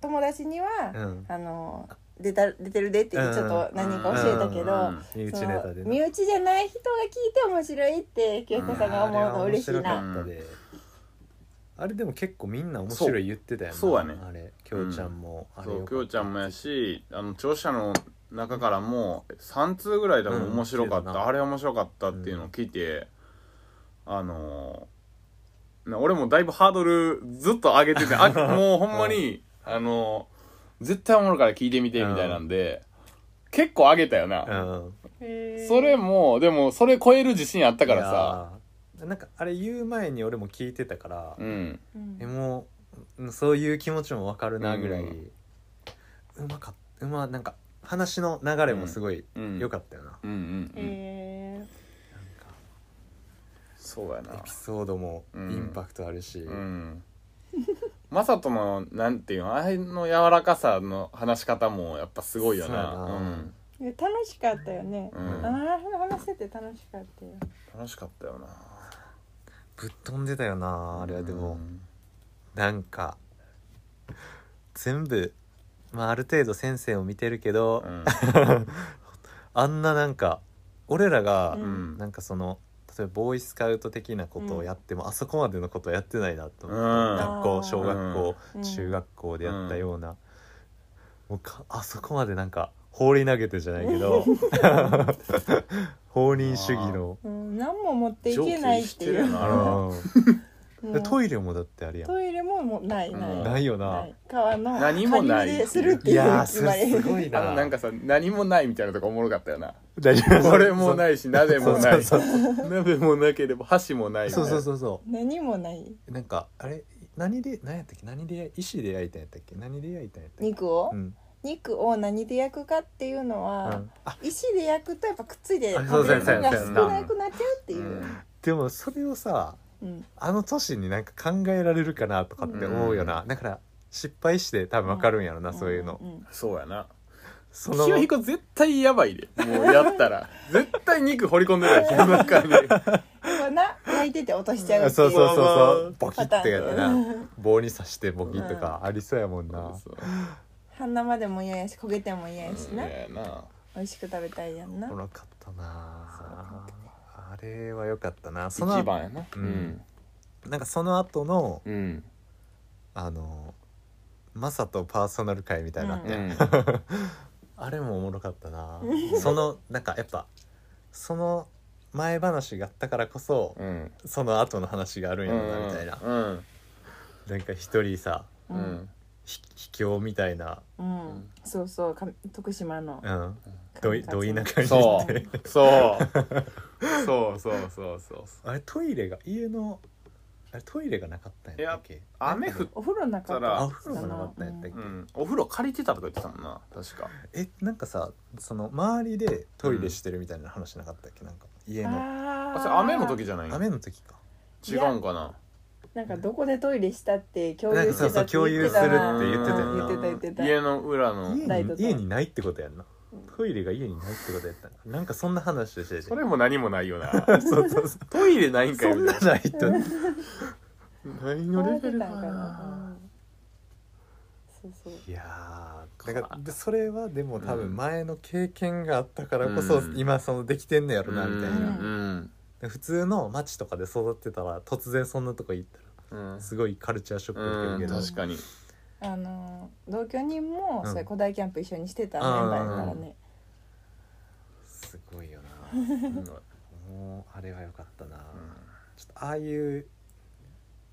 S3: 友達には、
S2: うん
S3: あの出た出てるでってちょっと何人か教えたけど。
S1: うん
S2: 身内
S3: そ
S2: ネタ
S3: の
S2: で
S3: 身内じゃない人が聞いて面白いって清子さんが思うの嬉しい
S2: あれは面白
S3: な
S2: かったであれでも結構みんな面白い言ってたよな
S1: そうそうやね
S2: あれきょうちゃんも、あれ
S1: そ
S2: よ
S1: う
S2: か
S1: きょうちゃんもやしあの聴者の中からも3通ぐらい多分面白かった、
S2: うん
S1: あれ面白かったっていうのを聞いて、あのーな俺もだいぶハードルずっと上げてて
S2: <laughs>
S1: あもうほんまに、あのー絶対おもろいから聞いてみてみたいなんで、結構上げたよな、それもでもそれ超える自信あった
S2: だ
S1: からさ
S2: なんかあれ言う前に俺も聞いてたから、
S1: うん
S3: うん
S2: えもううんそういう気持ちもわかるなぐらい、
S1: う
S2: うまかっうまなんか話の流れもすごい
S1: うん
S2: 良かったよな、
S1: うんうんうん、
S3: え
S1: そうやな
S2: エピソードもイ
S1: うん
S2: ンパクトあるし、
S1: うん。マサトのなんていうのあれの柔らかさの話し方もやっぱすごいよな。
S2: そうやな
S3: ーいや楽しかったよね、
S1: うん
S3: あの話せて楽しかったよ
S1: うん。楽しかったよな。
S2: ぶっ飛んでたよなあれはでも、
S1: うん
S2: なんか全部、まあ、ある程度先生を見てるけど、
S1: うん
S2: あんななんか俺らが
S3: う
S1: うんん。
S2: なんかその例えばボーイスカウト的なことをやっても、あそこまでのことをやってないなと思って、
S1: うん
S2: 学校小学校、
S3: うん
S2: 中学校でやったような、もうかあそこまでなんか放り投げてじゃないけど <laughs> 放任主義の。
S3: うん、何も持っていけない
S1: 上記
S3: ってい
S1: してる
S3: う
S1: よな
S2: うん
S3: もう
S2: トイレもだってあれやん
S3: トイレももうないない、
S1: うん
S2: ないよな、
S3: ない川の
S1: 何もない
S3: 下流でするっ
S2: い
S3: ていう
S2: やー
S3: 決
S2: そ
S3: まり
S2: れすごい
S1: あ
S2: な
S1: のなんかさ何もないみたいなとこおもろかったよな。
S2: 大丈夫
S1: これもないし鍋もない
S2: そう
S1: 鍋もなければ箸もないみたい
S2: そう
S1: な。
S2: そうそうそ
S3: 何もないう
S2: なんかあれ何で何やったっけ何で石で焼いたんやったっけ何で焼いたんやったっけ
S3: 肉を、
S2: うん、
S3: 肉を何で焼くかっていうの
S2: う
S3: は、
S2: ん、あ
S3: 石で焼くとやっぱくっついて
S2: あそうそ
S3: 食べ
S2: う
S3: る
S2: そう
S3: 分が
S2: そう
S3: 少なくなっちゃうっていう、
S2: でもそれをさ
S3: うん
S2: あの年になんか考えられるかなとかって思うよな、だから失敗して多分わかるんやろな、そういうの、
S3: ん
S1: そうやな。
S2: その
S1: 清彦絶対やばいで。もうやった
S2: <laughs>
S1: ら絶対肉掘り込んでないその中に。
S3: でもな焼いてて落としちゃうっていう
S2: そうそうそ
S1: まあま
S2: うそ
S1: あ
S2: うボキッてやってな棒に刺してボキッとかありそうやもんな、
S1: そう
S3: 半生でも嫌やし焦げても嫌やし
S1: い
S3: な、
S1: ややな。
S3: 美味しく食べたいやんな
S2: おもろかったなあれは良かったなその
S1: 一番やな。
S2: うんなんかその後の
S1: うん。
S2: あのマサとパーソナル会みたいな、
S3: うん
S1: うん。
S2: あれもおもろかったなそのなんかやっぱその前話があったからこそ
S1: うん。
S2: その後の話があるんやろなみたいな、
S1: うん
S2: なんか一人さ
S1: う
S3: うんん、
S2: ひ秘境みたいな、
S3: うんそうそうか徳島の
S2: うん、どいど田舎に行
S1: そ
S2: って
S1: うそうそうそうそうそう
S2: あれトイレが家のあれトイレがなかったんやったっけ
S1: 雨降っ
S3: お風呂なかった
S2: あ
S1: ら
S2: お風呂がなかったんやったっけ、
S1: うん、お風呂借りてたとか言ってたもんな確か
S2: えなんかさその周りでトイレしてるみたいな話なかったっけなんか家の
S1: あ
S3: あ
S1: それ
S3: ー
S1: 雨の時じゃない
S2: 雨の時か
S1: 違うんかな
S3: なんかどこでトイレしたって共有してた
S2: なんかそうそう共有するって言ってたよ
S3: 言
S2: な
S3: ってた言ってた
S1: 家の裏の
S2: 家
S3: 大
S2: に
S3: 都会
S2: 家にないってことやんなトイレが家にないってことやったんかなんかそんな話をしてて
S1: それも何もないよな
S2: そうそうそう
S1: トイレないんか
S2: そ
S1: よ
S2: ん
S1: み
S2: な
S1: たい
S2: ないと
S1: な何
S3: 言
S1: のレ
S3: って
S1: ベル
S3: たんか
S1: か
S3: な
S1: な
S3: うんそうそう
S2: <laughs> いやーなんかでそれはでも多
S1: うん
S2: 分前の経験があったからこそ
S1: うん
S2: 今そのできてんのやろなみたいな、
S1: うんうん
S2: で普通の町とかで育ってたら突然そんなとこ行った
S1: うん
S2: らすごいカルチャーショック
S1: う
S2: 受け
S1: ん
S2: るけど、
S1: 確かに
S3: あの同居人も
S2: うん
S3: そういう古代キャンプ一緒にしてたメンバーだからね、
S2: すごいよな
S1: う
S2: もうあれは良かったな、
S1: ん
S2: ちょっとああいう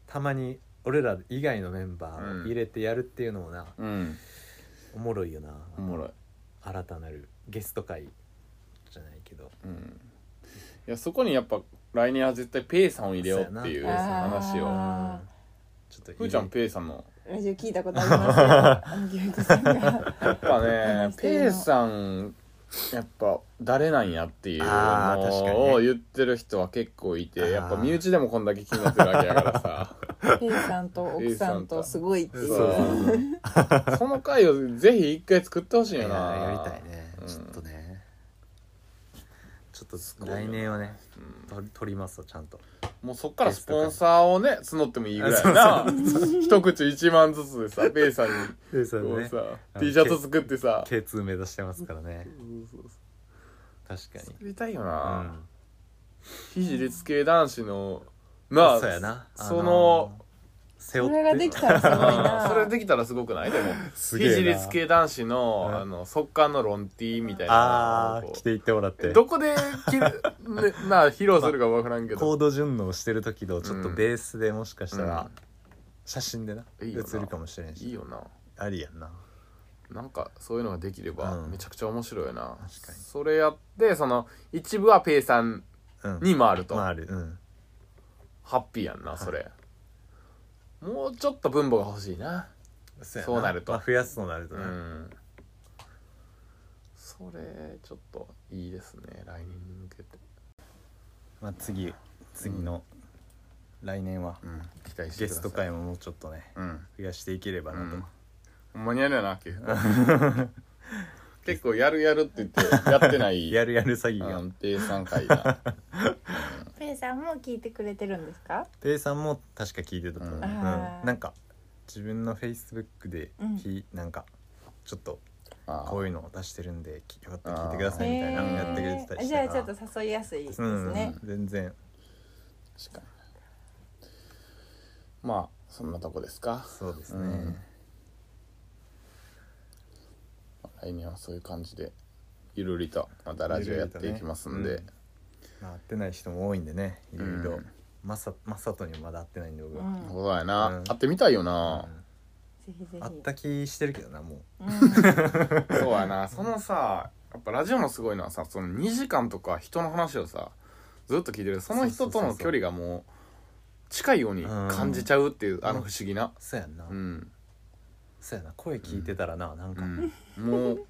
S2: たまに俺ら以外のメンバーを入れてやるっていうのもな、
S1: うん
S2: おもろいよな、
S1: おもろい
S2: 新たなるゲスト会じゃないけど
S1: うんいやそこにやっぱ来年は絶対ペイさんを入れようっていう
S2: そうや
S3: な
S1: 話
S3: あ
S1: を
S3: ー
S2: ちょっと
S1: ふーちゃんペイさんの
S3: ラジオ聞いたことありますよあの牛肉さんが
S1: やっぱね
S3: 話してるの
S1: ペイさんやっぱ誰なんやっていう
S2: あー確かに
S1: の
S2: ね
S1: を言ってる人は結構いて
S2: あー
S1: やっぱ身内でもこんだけ気になってるわけやから
S2: <laughs>
S1: さ
S3: ペイさんと奥さんとすごいって
S1: そう
S3: いう
S2: そう
S1: その回をぜひ一回作ってほしい
S2: いや
S1: よな
S2: やりたいね、
S1: うん
S2: ちょっとねちょっ
S1: ご
S2: と
S1: いよな
S2: 来年はね
S1: うん
S2: と取りますわちゃんと
S1: もうそっからスポンサーをね募ってもいいぐらいやな一口1万ずつでさペイさんに
S2: でそ
S1: こう
S2: ね
S1: さ
S2: あの
S1: T シャツ作ってさ
S2: K2 目指してますからね確かに
S1: 作りたいよ
S2: う
S1: な、
S2: ん
S1: 非自立系男子のなあ
S2: そうやなあ
S1: その
S2: 背
S3: そ
S2: 負って
S3: れができたらすごい
S1: うん
S2: <laughs>
S3: な
S1: それできたらすごくないでも
S2: す
S1: 非
S2: げえな
S1: 自立系男子の,、
S2: うん
S1: あの速乾のロンティーみたいな
S2: あ
S1: のを
S2: あ
S1: こ
S2: 着
S1: う
S2: ていってもらって
S1: どこで着る、ね、 <laughs> なあ披露するか分からんけ
S2: コー
S1: ど
S2: ド順応してる時のちょっとベースでもしかした
S1: う
S2: ら
S1: ん
S2: 写真でない映
S1: いよな
S2: るかもしれん
S1: いい
S2: し
S1: よな
S2: ありやんな
S1: なんかそういうのができれば
S2: うん
S1: めちゃくちゃ面白いよな、
S2: 確かに
S1: それやってその一部はペイさん
S2: うん
S1: に回ると、
S2: まああるうん
S1: ハッピーやんなそれ、もうちょっと分母が欲しいな
S2: そや
S1: そうなると
S2: まあ増やすとなると
S1: う
S2: ね
S1: んそれちょっといいですね来年に向けて、
S2: まあ次次の来年は
S1: うん、期待してくださ
S2: ゲ
S1: い
S2: スト会ももうちょっとね
S1: うん
S2: 増やしていければなと、
S1: うんほんまにやるよな
S2: <laughs>
S1: 結構結構やるやるって言ってやってない
S2: <laughs> やるやる詐欺が、
S1: 安定3回
S2: <laughs>
S1: だ
S3: ペイさんも聞いてくれてるんですか
S2: ペイさんも確か聞いてたと思
S1: う
S2: う、うんん
S3: あー
S2: なんか自分のフェイスブックで、
S3: うん
S2: ひなんかちょっと
S1: あ
S2: こういうのを出してるんできよかったら聞いてくださいみたいな
S1: あー
S2: のやってくれてたりして
S3: へーじゃあちょっと誘いやすいです
S2: う
S3: ね、
S2: ん、全然
S1: 確かにまあそんなとこですか
S2: そうですね、
S1: うん来年はそういう感じでゆるりとまたラジオやっていきますんで、
S2: ゆるりとねまあ会ってない人も多いんでねいろいろ、
S1: うん
S2: まさマサトにもまだ会ってないんで僕は、
S3: うん
S1: そうやな、
S2: うん
S1: 会ってみたいよな、
S3: ぜひぜひ
S2: あった気してるけどなもう
S3: うん
S1: そうやなそのさやっぱラジオのすごいのはさその2時間とか人の話をさずっと聞いてるその人との距離がもう近いように感じちゃうっていう、
S2: ん
S1: あの不思議な
S2: そうやんな、
S1: うん、
S2: そうやな声聞いてたらななん
S1: う
S2: か、
S1: ん、もう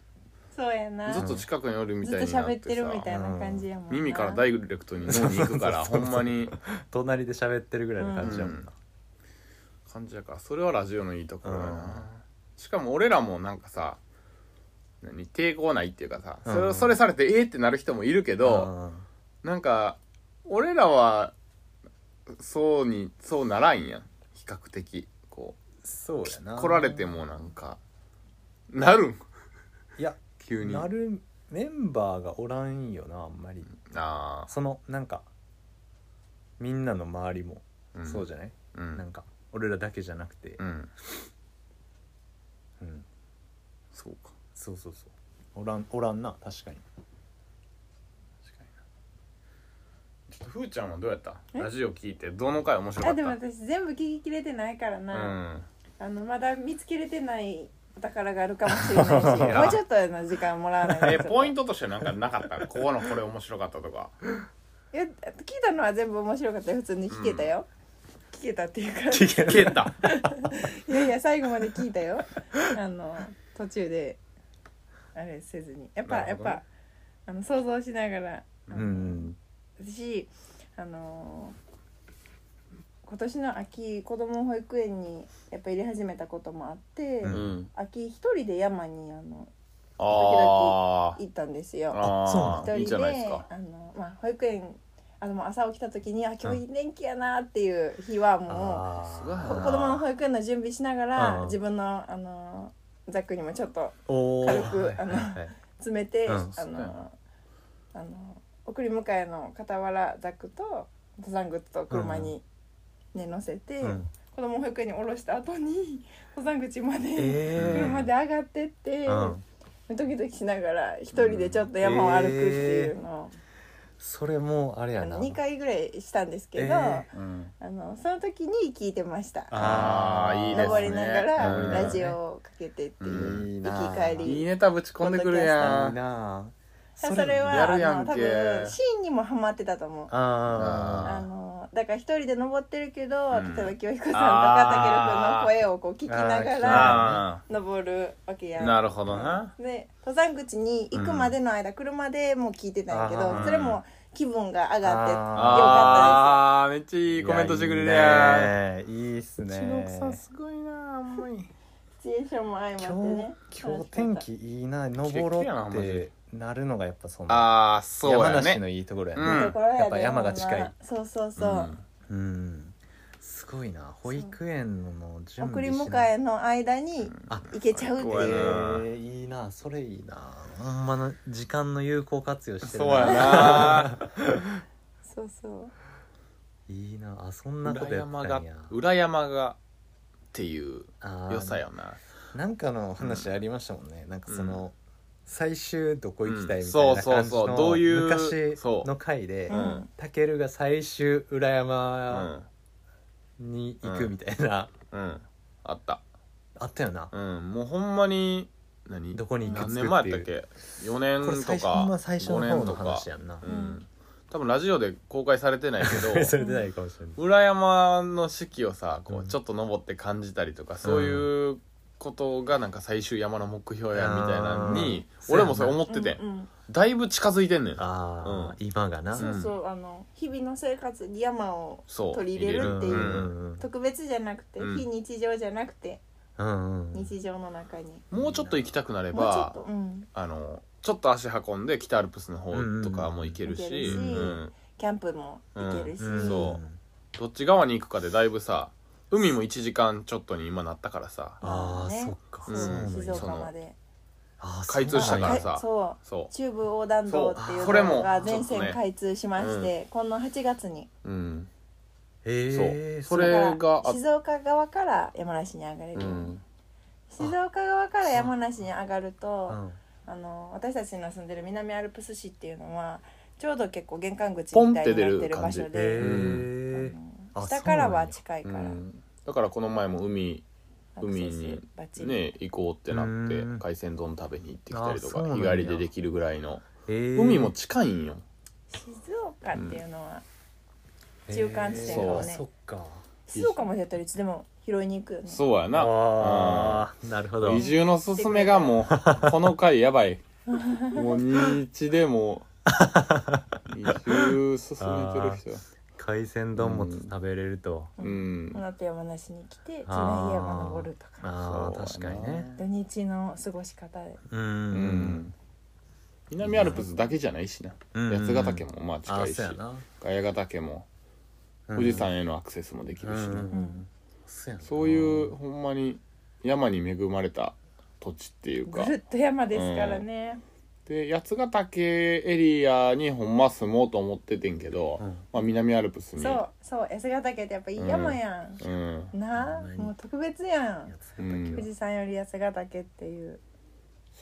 S3: そうや
S1: <laughs>
S3: な
S1: ずっと近くにおるみ
S3: ず
S1: た
S3: っ
S1: い
S3: と
S1: になってさ
S3: 喋ってるみたいな感じやもんな
S1: 耳からダイレクトに脳に行くから
S2: そ
S1: ほ
S2: うそ
S1: ん
S2: うそう
S1: まに
S2: 隣で喋ってるぐらいの感じやもんな、
S1: うん感じやからそれはラジオのいいところやな、
S2: うん
S1: しかも俺らもなんかさ何抵抗ないっていうかさそれ,、
S2: うん
S1: それされてえーってなる人もいるけど、
S2: うん
S1: なんか俺らはそうにそうならんやん比較的こ
S2: そうや
S1: う
S2: な
S1: 来られてもなんかなるん
S2: いや
S1: 急に
S2: なるメンバーがおらんよなあんまり
S1: あ
S2: そのなんかみんなの周りも
S1: あ、ん
S2: そうじゃない、
S1: うん
S2: なんか俺らだけじゃなくて
S1: うん
S2: うん、
S1: そうか
S2: そうそうそうおらんおらんな確
S1: <laughs>
S2: かに
S1: 確かになちょっとふーちゃんはどうやったラジオ聞いてどの回面白か
S3: あ
S1: った
S3: でも私全部聞ききれてないからな、あのまだ見つけれてないお宝があるかもしれないし
S1: <laughs> や
S3: もうちょっとの時間もらわない
S1: うん、
S3: と
S1: えポイントとしてなんかなかったここのこれ面白かったと <laughs> か
S3: いや聞いたのは全部面白かったよ普通に聞けたよ、聞けたっていうか
S1: 聞けた
S3: いやいや最後まで聞いた
S1: <laughs>
S3: よあの途中であれせずにやっぱ、
S1: な
S3: や
S1: る
S3: っ
S1: ほどね
S3: ぱあの想像しながらあ
S2: う
S3: の
S2: んうん
S3: 私あの今年の秋子供を保育園にやっぱ入れ始めたこともあって、
S2: うん
S1: ん
S3: 秋一人で山にあの
S1: あー
S3: 行ったんですよ。
S1: あー
S2: そうな
S3: 一
S1: いい
S3: 人
S1: じゃ
S3: で
S1: ないですか
S3: あの、まあ、保育園あのもう朝起きた時にあ今日いい天気やなっていう日はもう、
S2: あ
S1: すごいな
S3: こ子供の保育園の準備しながら、
S2: うん
S3: 自分のあのザックにもちょっと
S2: おー
S3: 軽く
S2: はい
S3: あの
S2: はいはい
S3: 詰めて、
S2: うん
S3: あのあの送り迎えの傍らザックと登山靴と車に、ね乗せて、
S2: うん
S3: 子供を保育園に降ろした後に登山口まで
S2: えー
S3: 車で上がってって、
S2: うん、
S3: ドキドキしながら一人でちょっと山を歩くっていうのを、
S2: それもあれや
S3: あ
S2: な
S3: の2回ぐらいしたんですけど、
S2: えー
S1: うん
S3: あのその時に聞いてました
S1: ああいいですね
S3: 登りながら
S1: うん
S3: ラジオをかけてって
S1: うん
S3: い
S2: いいうな
S3: 行き帰
S1: いい
S3: り
S1: ネタぶち込んでくるや
S2: いい
S1: ん
S2: な
S3: それは
S1: やるやん
S3: あの多
S1: け
S3: 分シーンにもハマってたと思うあ
S2: あー
S3: のだから一人で登ってるけど、
S1: うん
S3: 例えば清彦さんとか
S1: あー
S3: たけるくんの声をこう聞きながら
S1: あ
S3: 登るわけや
S1: あ
S3: ん
S1: なるほどな
S3: で登山口に行くまでの間、車でもう聞いてたんやけ
S2: あ
S1: ー
S3: どそれも気分が上がってよかっ
S1: ああめっちゃいいコメントしてくれるや
S2: やんいいっす
S1: ん
S2: ね
S1: 中国さんすごいなあんまり
S3: たですシチュエーションも相まってね
S2: 今日今日天気いいな登ろうってなるのがやっぱその
S1: ああそう
S2: 山
S1: や
S2: 梨
S1: ね
S2: のいいところや
S1: う
S2: ね
S1: ん
S3: いいところやで
S2: やっぱ山が近い
S3: そうそうそう、
S2: うん、すごいな保育園の準
S3: 送
S2: 備
S3: り
S2: しな
S3: 迎えの間に
S2: あ
S3: 行けちゃうって
S1: 最高
S3: いう
S1: や
S2: えー、いいなそれいいなほんまの時間の有効活用して
S1: そ
S2: る
S1: うやな
S3: そうそう
S2: いいなあそんなこと
S1: 裏
S2: やった
S1: 山
S2: んや
S1: が裏山がっていう
S2: あー
S1: 良さよな
S2: なんかの話ありましたもんね、なんかその、最終どこ行きたいみた
S1: う
S2: い
S1: ん
S2: な
S1: そう
S2: 感
S1: そう
S2: じ
S1: そう
S2: の
S1: どういう
S2: 昔
S1: そう
S2: の回で
S3: うん
S2: たけるが最終裏
S1: う
S2: 山
S1: ん
S2: に行くみたいな、
S1: うんあった
S2: あったよな、
S1: うんもうほんまに何
S2: どこに行くつく
S1: 何
S2: って
S1: 年
S2: いう
S1: 前やったっけ4
S2: これ
S1: 年
S2: 最
S1: と
S2: 初ほんま
S1: か
S2: 最初
S1: 5
S2: の方
S1: 年
S2: の
S1: とか
S2: 話やんな <laughs>
S1: う、ん多分ラジオで公開されてないけ
S2: そ
S1: ど
S2: れ出ないかもしれない、
S1: 裏山の四季をさこ
S2: う
S1: うんちょっと登って感じたりとかそういうことがなんか最終山の目標やみたいなのに
S2: あー
S1: 俺もそれ思ってて
S3: うんうん
S1: だいぶ近づいてんねん
S2: ああ、今がな、
S3: そうそうあの日々の生活に山を
S1: そう
S3: 取り入れるってい
S1: 入れる
S3: う
S2: うん
S3: 特別じゃなくて
S1: うん
S3: 非日常じゃなくて
S2: うんうん
S3: 日常の中に
S1: もうちょっと行きたくなれ
S3: もうちょっ
S1: ば
S3: とうん
S1: あのちょっと足運んで北アルプスの方とかも行ける
S3: うん
S1: し、
S3: 行
S1: う
S3: けるし
S1: ん、
S3: キャンプも行けるし
S2: うん
S1: そどっち側に行くかでだいぶさ海も1時間ちょっとに今なったからさ
S2: ああ、
S3: ね
S2: そっか、
S3: そう
S1: うん
S2: なんや
S3: 静岡まで
S2: あー
S1: 開通したから
S2: そう
S1: さ
S3: はいそう
S1: そ
S3: 中部横断道っていう
S1: そうこれ
S3: の
S1: も
S3: が
S1: ちょっとね
S3: 全線開通しまして、この8月に、
S1: う、うん、
S2: えー、
S1: そうそれ
S3: だから
S1: があ
S3: 静岡側から山梨に上がれる、
S1: うん、
S3: 静岡側から山梨に上がると、
S2: うん
S3: あの私たちの住んでる南アルプス市っていうのはちょうど結構玄関口
S1: ポン
S3: み
S1: った
S3: い
S1: て出
S3: になっ
S1: る
S3: てる場所
S2: へ
S3: で、
S2: え
S3: あの
S2: あ
S3: 下からは
S2: そ
S3: 近いから、
S1: うんだからこの前も海
S3: アク
S1: 海
S3: セ
S1: に
S3: スバッチリ、
S1: ね行こうってなって
S2: うん
S1: 海鮮丼食べに行ってきたりと
S2: あそう
S1: か
S2: なん
S1: 日
S2: や
S1: 帰りでできるぐらいの海
S2: 海
S1: も近いんよ
S3: 静岡っていうのは、中間地
S1: 点かもね
S2: そっか
S3: 静岡までやったらいつでも拾いに行くよね
S1: そうやな
S2: ああなるほど
S1: 移住のすすめがも
S2: <laughs>
S1: うこの回やばいもう日でもう移住進めてる人や
S2: 海鮮丼も食べれると
S1: うん
S3: この後山梨に来てつらい
S2: あー
S3: 山登るとか
S2: ああ
S1: そ
S2: 確
S1: うや
S2: か
S1: な
S2: にね
S3: 土日の過ごし方で
S2: うん
S1: う
S2: うん
S1: ん南アルプスだけじゃないしな
S2: うん
S1: 八ヶ岳もまあ近
S2: あ
S1: いし
S2: そうやな
S1: 八ヶ岳も
S2: うん
S1: 富士山へのアクセスもでき
S2: う
S1: るしな、
S2: んそうやな
S1: そういうほんまに山に恵まれた土地っていう
S3: ぐ
S1: か
S3: るっと山ですからね、
S1: で八ヶ岳エリアにほんま住もうと思っててんけど、
S2: うん
S1: まあ、南アルプスに
S3: そうそう八ヶ岳ってやっぱいい山やん、
S1: うん
S3: なあ
S2: ほんまに
S3: もう特別やん
S2: 八ヶ岳は
S3: 富士山より八ヶ岳っていう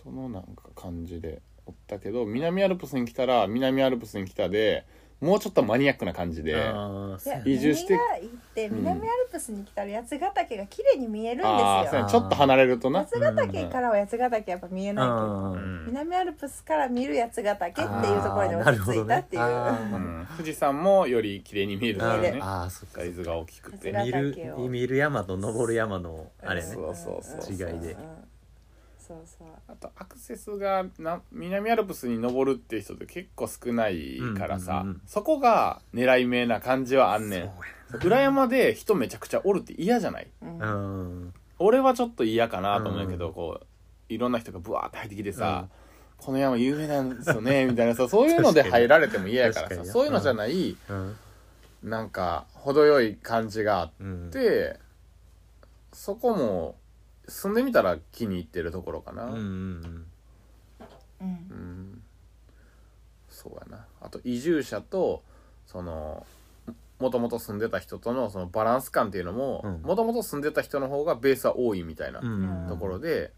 S1: そのなんか感じでおったけど南アルプスに来たら南アルプスに来たでもうちょっとマニアックな感じで
S2: ああ
S3: い
S2: そう
S3: や
S2: やな
S1: 移住して
S3: 何がいいって
S1: うん
S3: 南アルプスに来たら八ヶ岳が綺麗に見えるんですよ
S1: ああそうやねちょっと離れるとな
S3: 八ヶ岳からは八ヶ岳やっぱ見えないけど、
S2: あー
S3: 南アルプスから見る八ヶ岳っていうところに落ち着いたっていう、
S2: あー
S1: う
S2: なる
S1: ん富士山もより綺麗に見えるから
S3: 見え
S1: ね
S3: る
S2: あーそっか
S1: サイズが大きくて
S3: 八
S2: 見
S3: ヶ岳
S2: る
S3: を
S2: 見る山と登る山のあれね
S1: そうそうそう
S2: 違いで
S3: んそうそう
S1: あとアクセスがな南アルプスに登るっていう人って結構少ないからさ、
S2: うんうんうん
S1: そこが狙い目な感じはあんねん
S2: そう
S1: 裏山で人めちゃくちゃおるって嫌じゃない
S3: うん
S2: やうん
S1: 俺はちょっと嫌かなと思うんやけど、
S2: うん
S1: こういろんな人がブワーって入ってきてさ、この山有名なんですよねみたいな
S2: <laughs>
S1: さそういうので
S2: 確かに
S1: 入られても嫌やから
S2: 確
S1: さ
S2: かに
S1: そういうのじゃない、
S2: うん
S1: なんか程よい感じがあっ
S2: うん
S1: てそこも住んでみたら気に入ってるところかな
S2: うんうんうん
S3: うん
S1: うんそうやなあと移住者とそのもともと住んでた人とのそのバランス感っていうのも
S2: うん
S1: もともと住んでた人の方がベースは多いみたいな
S2: うんうん
S1: ところで、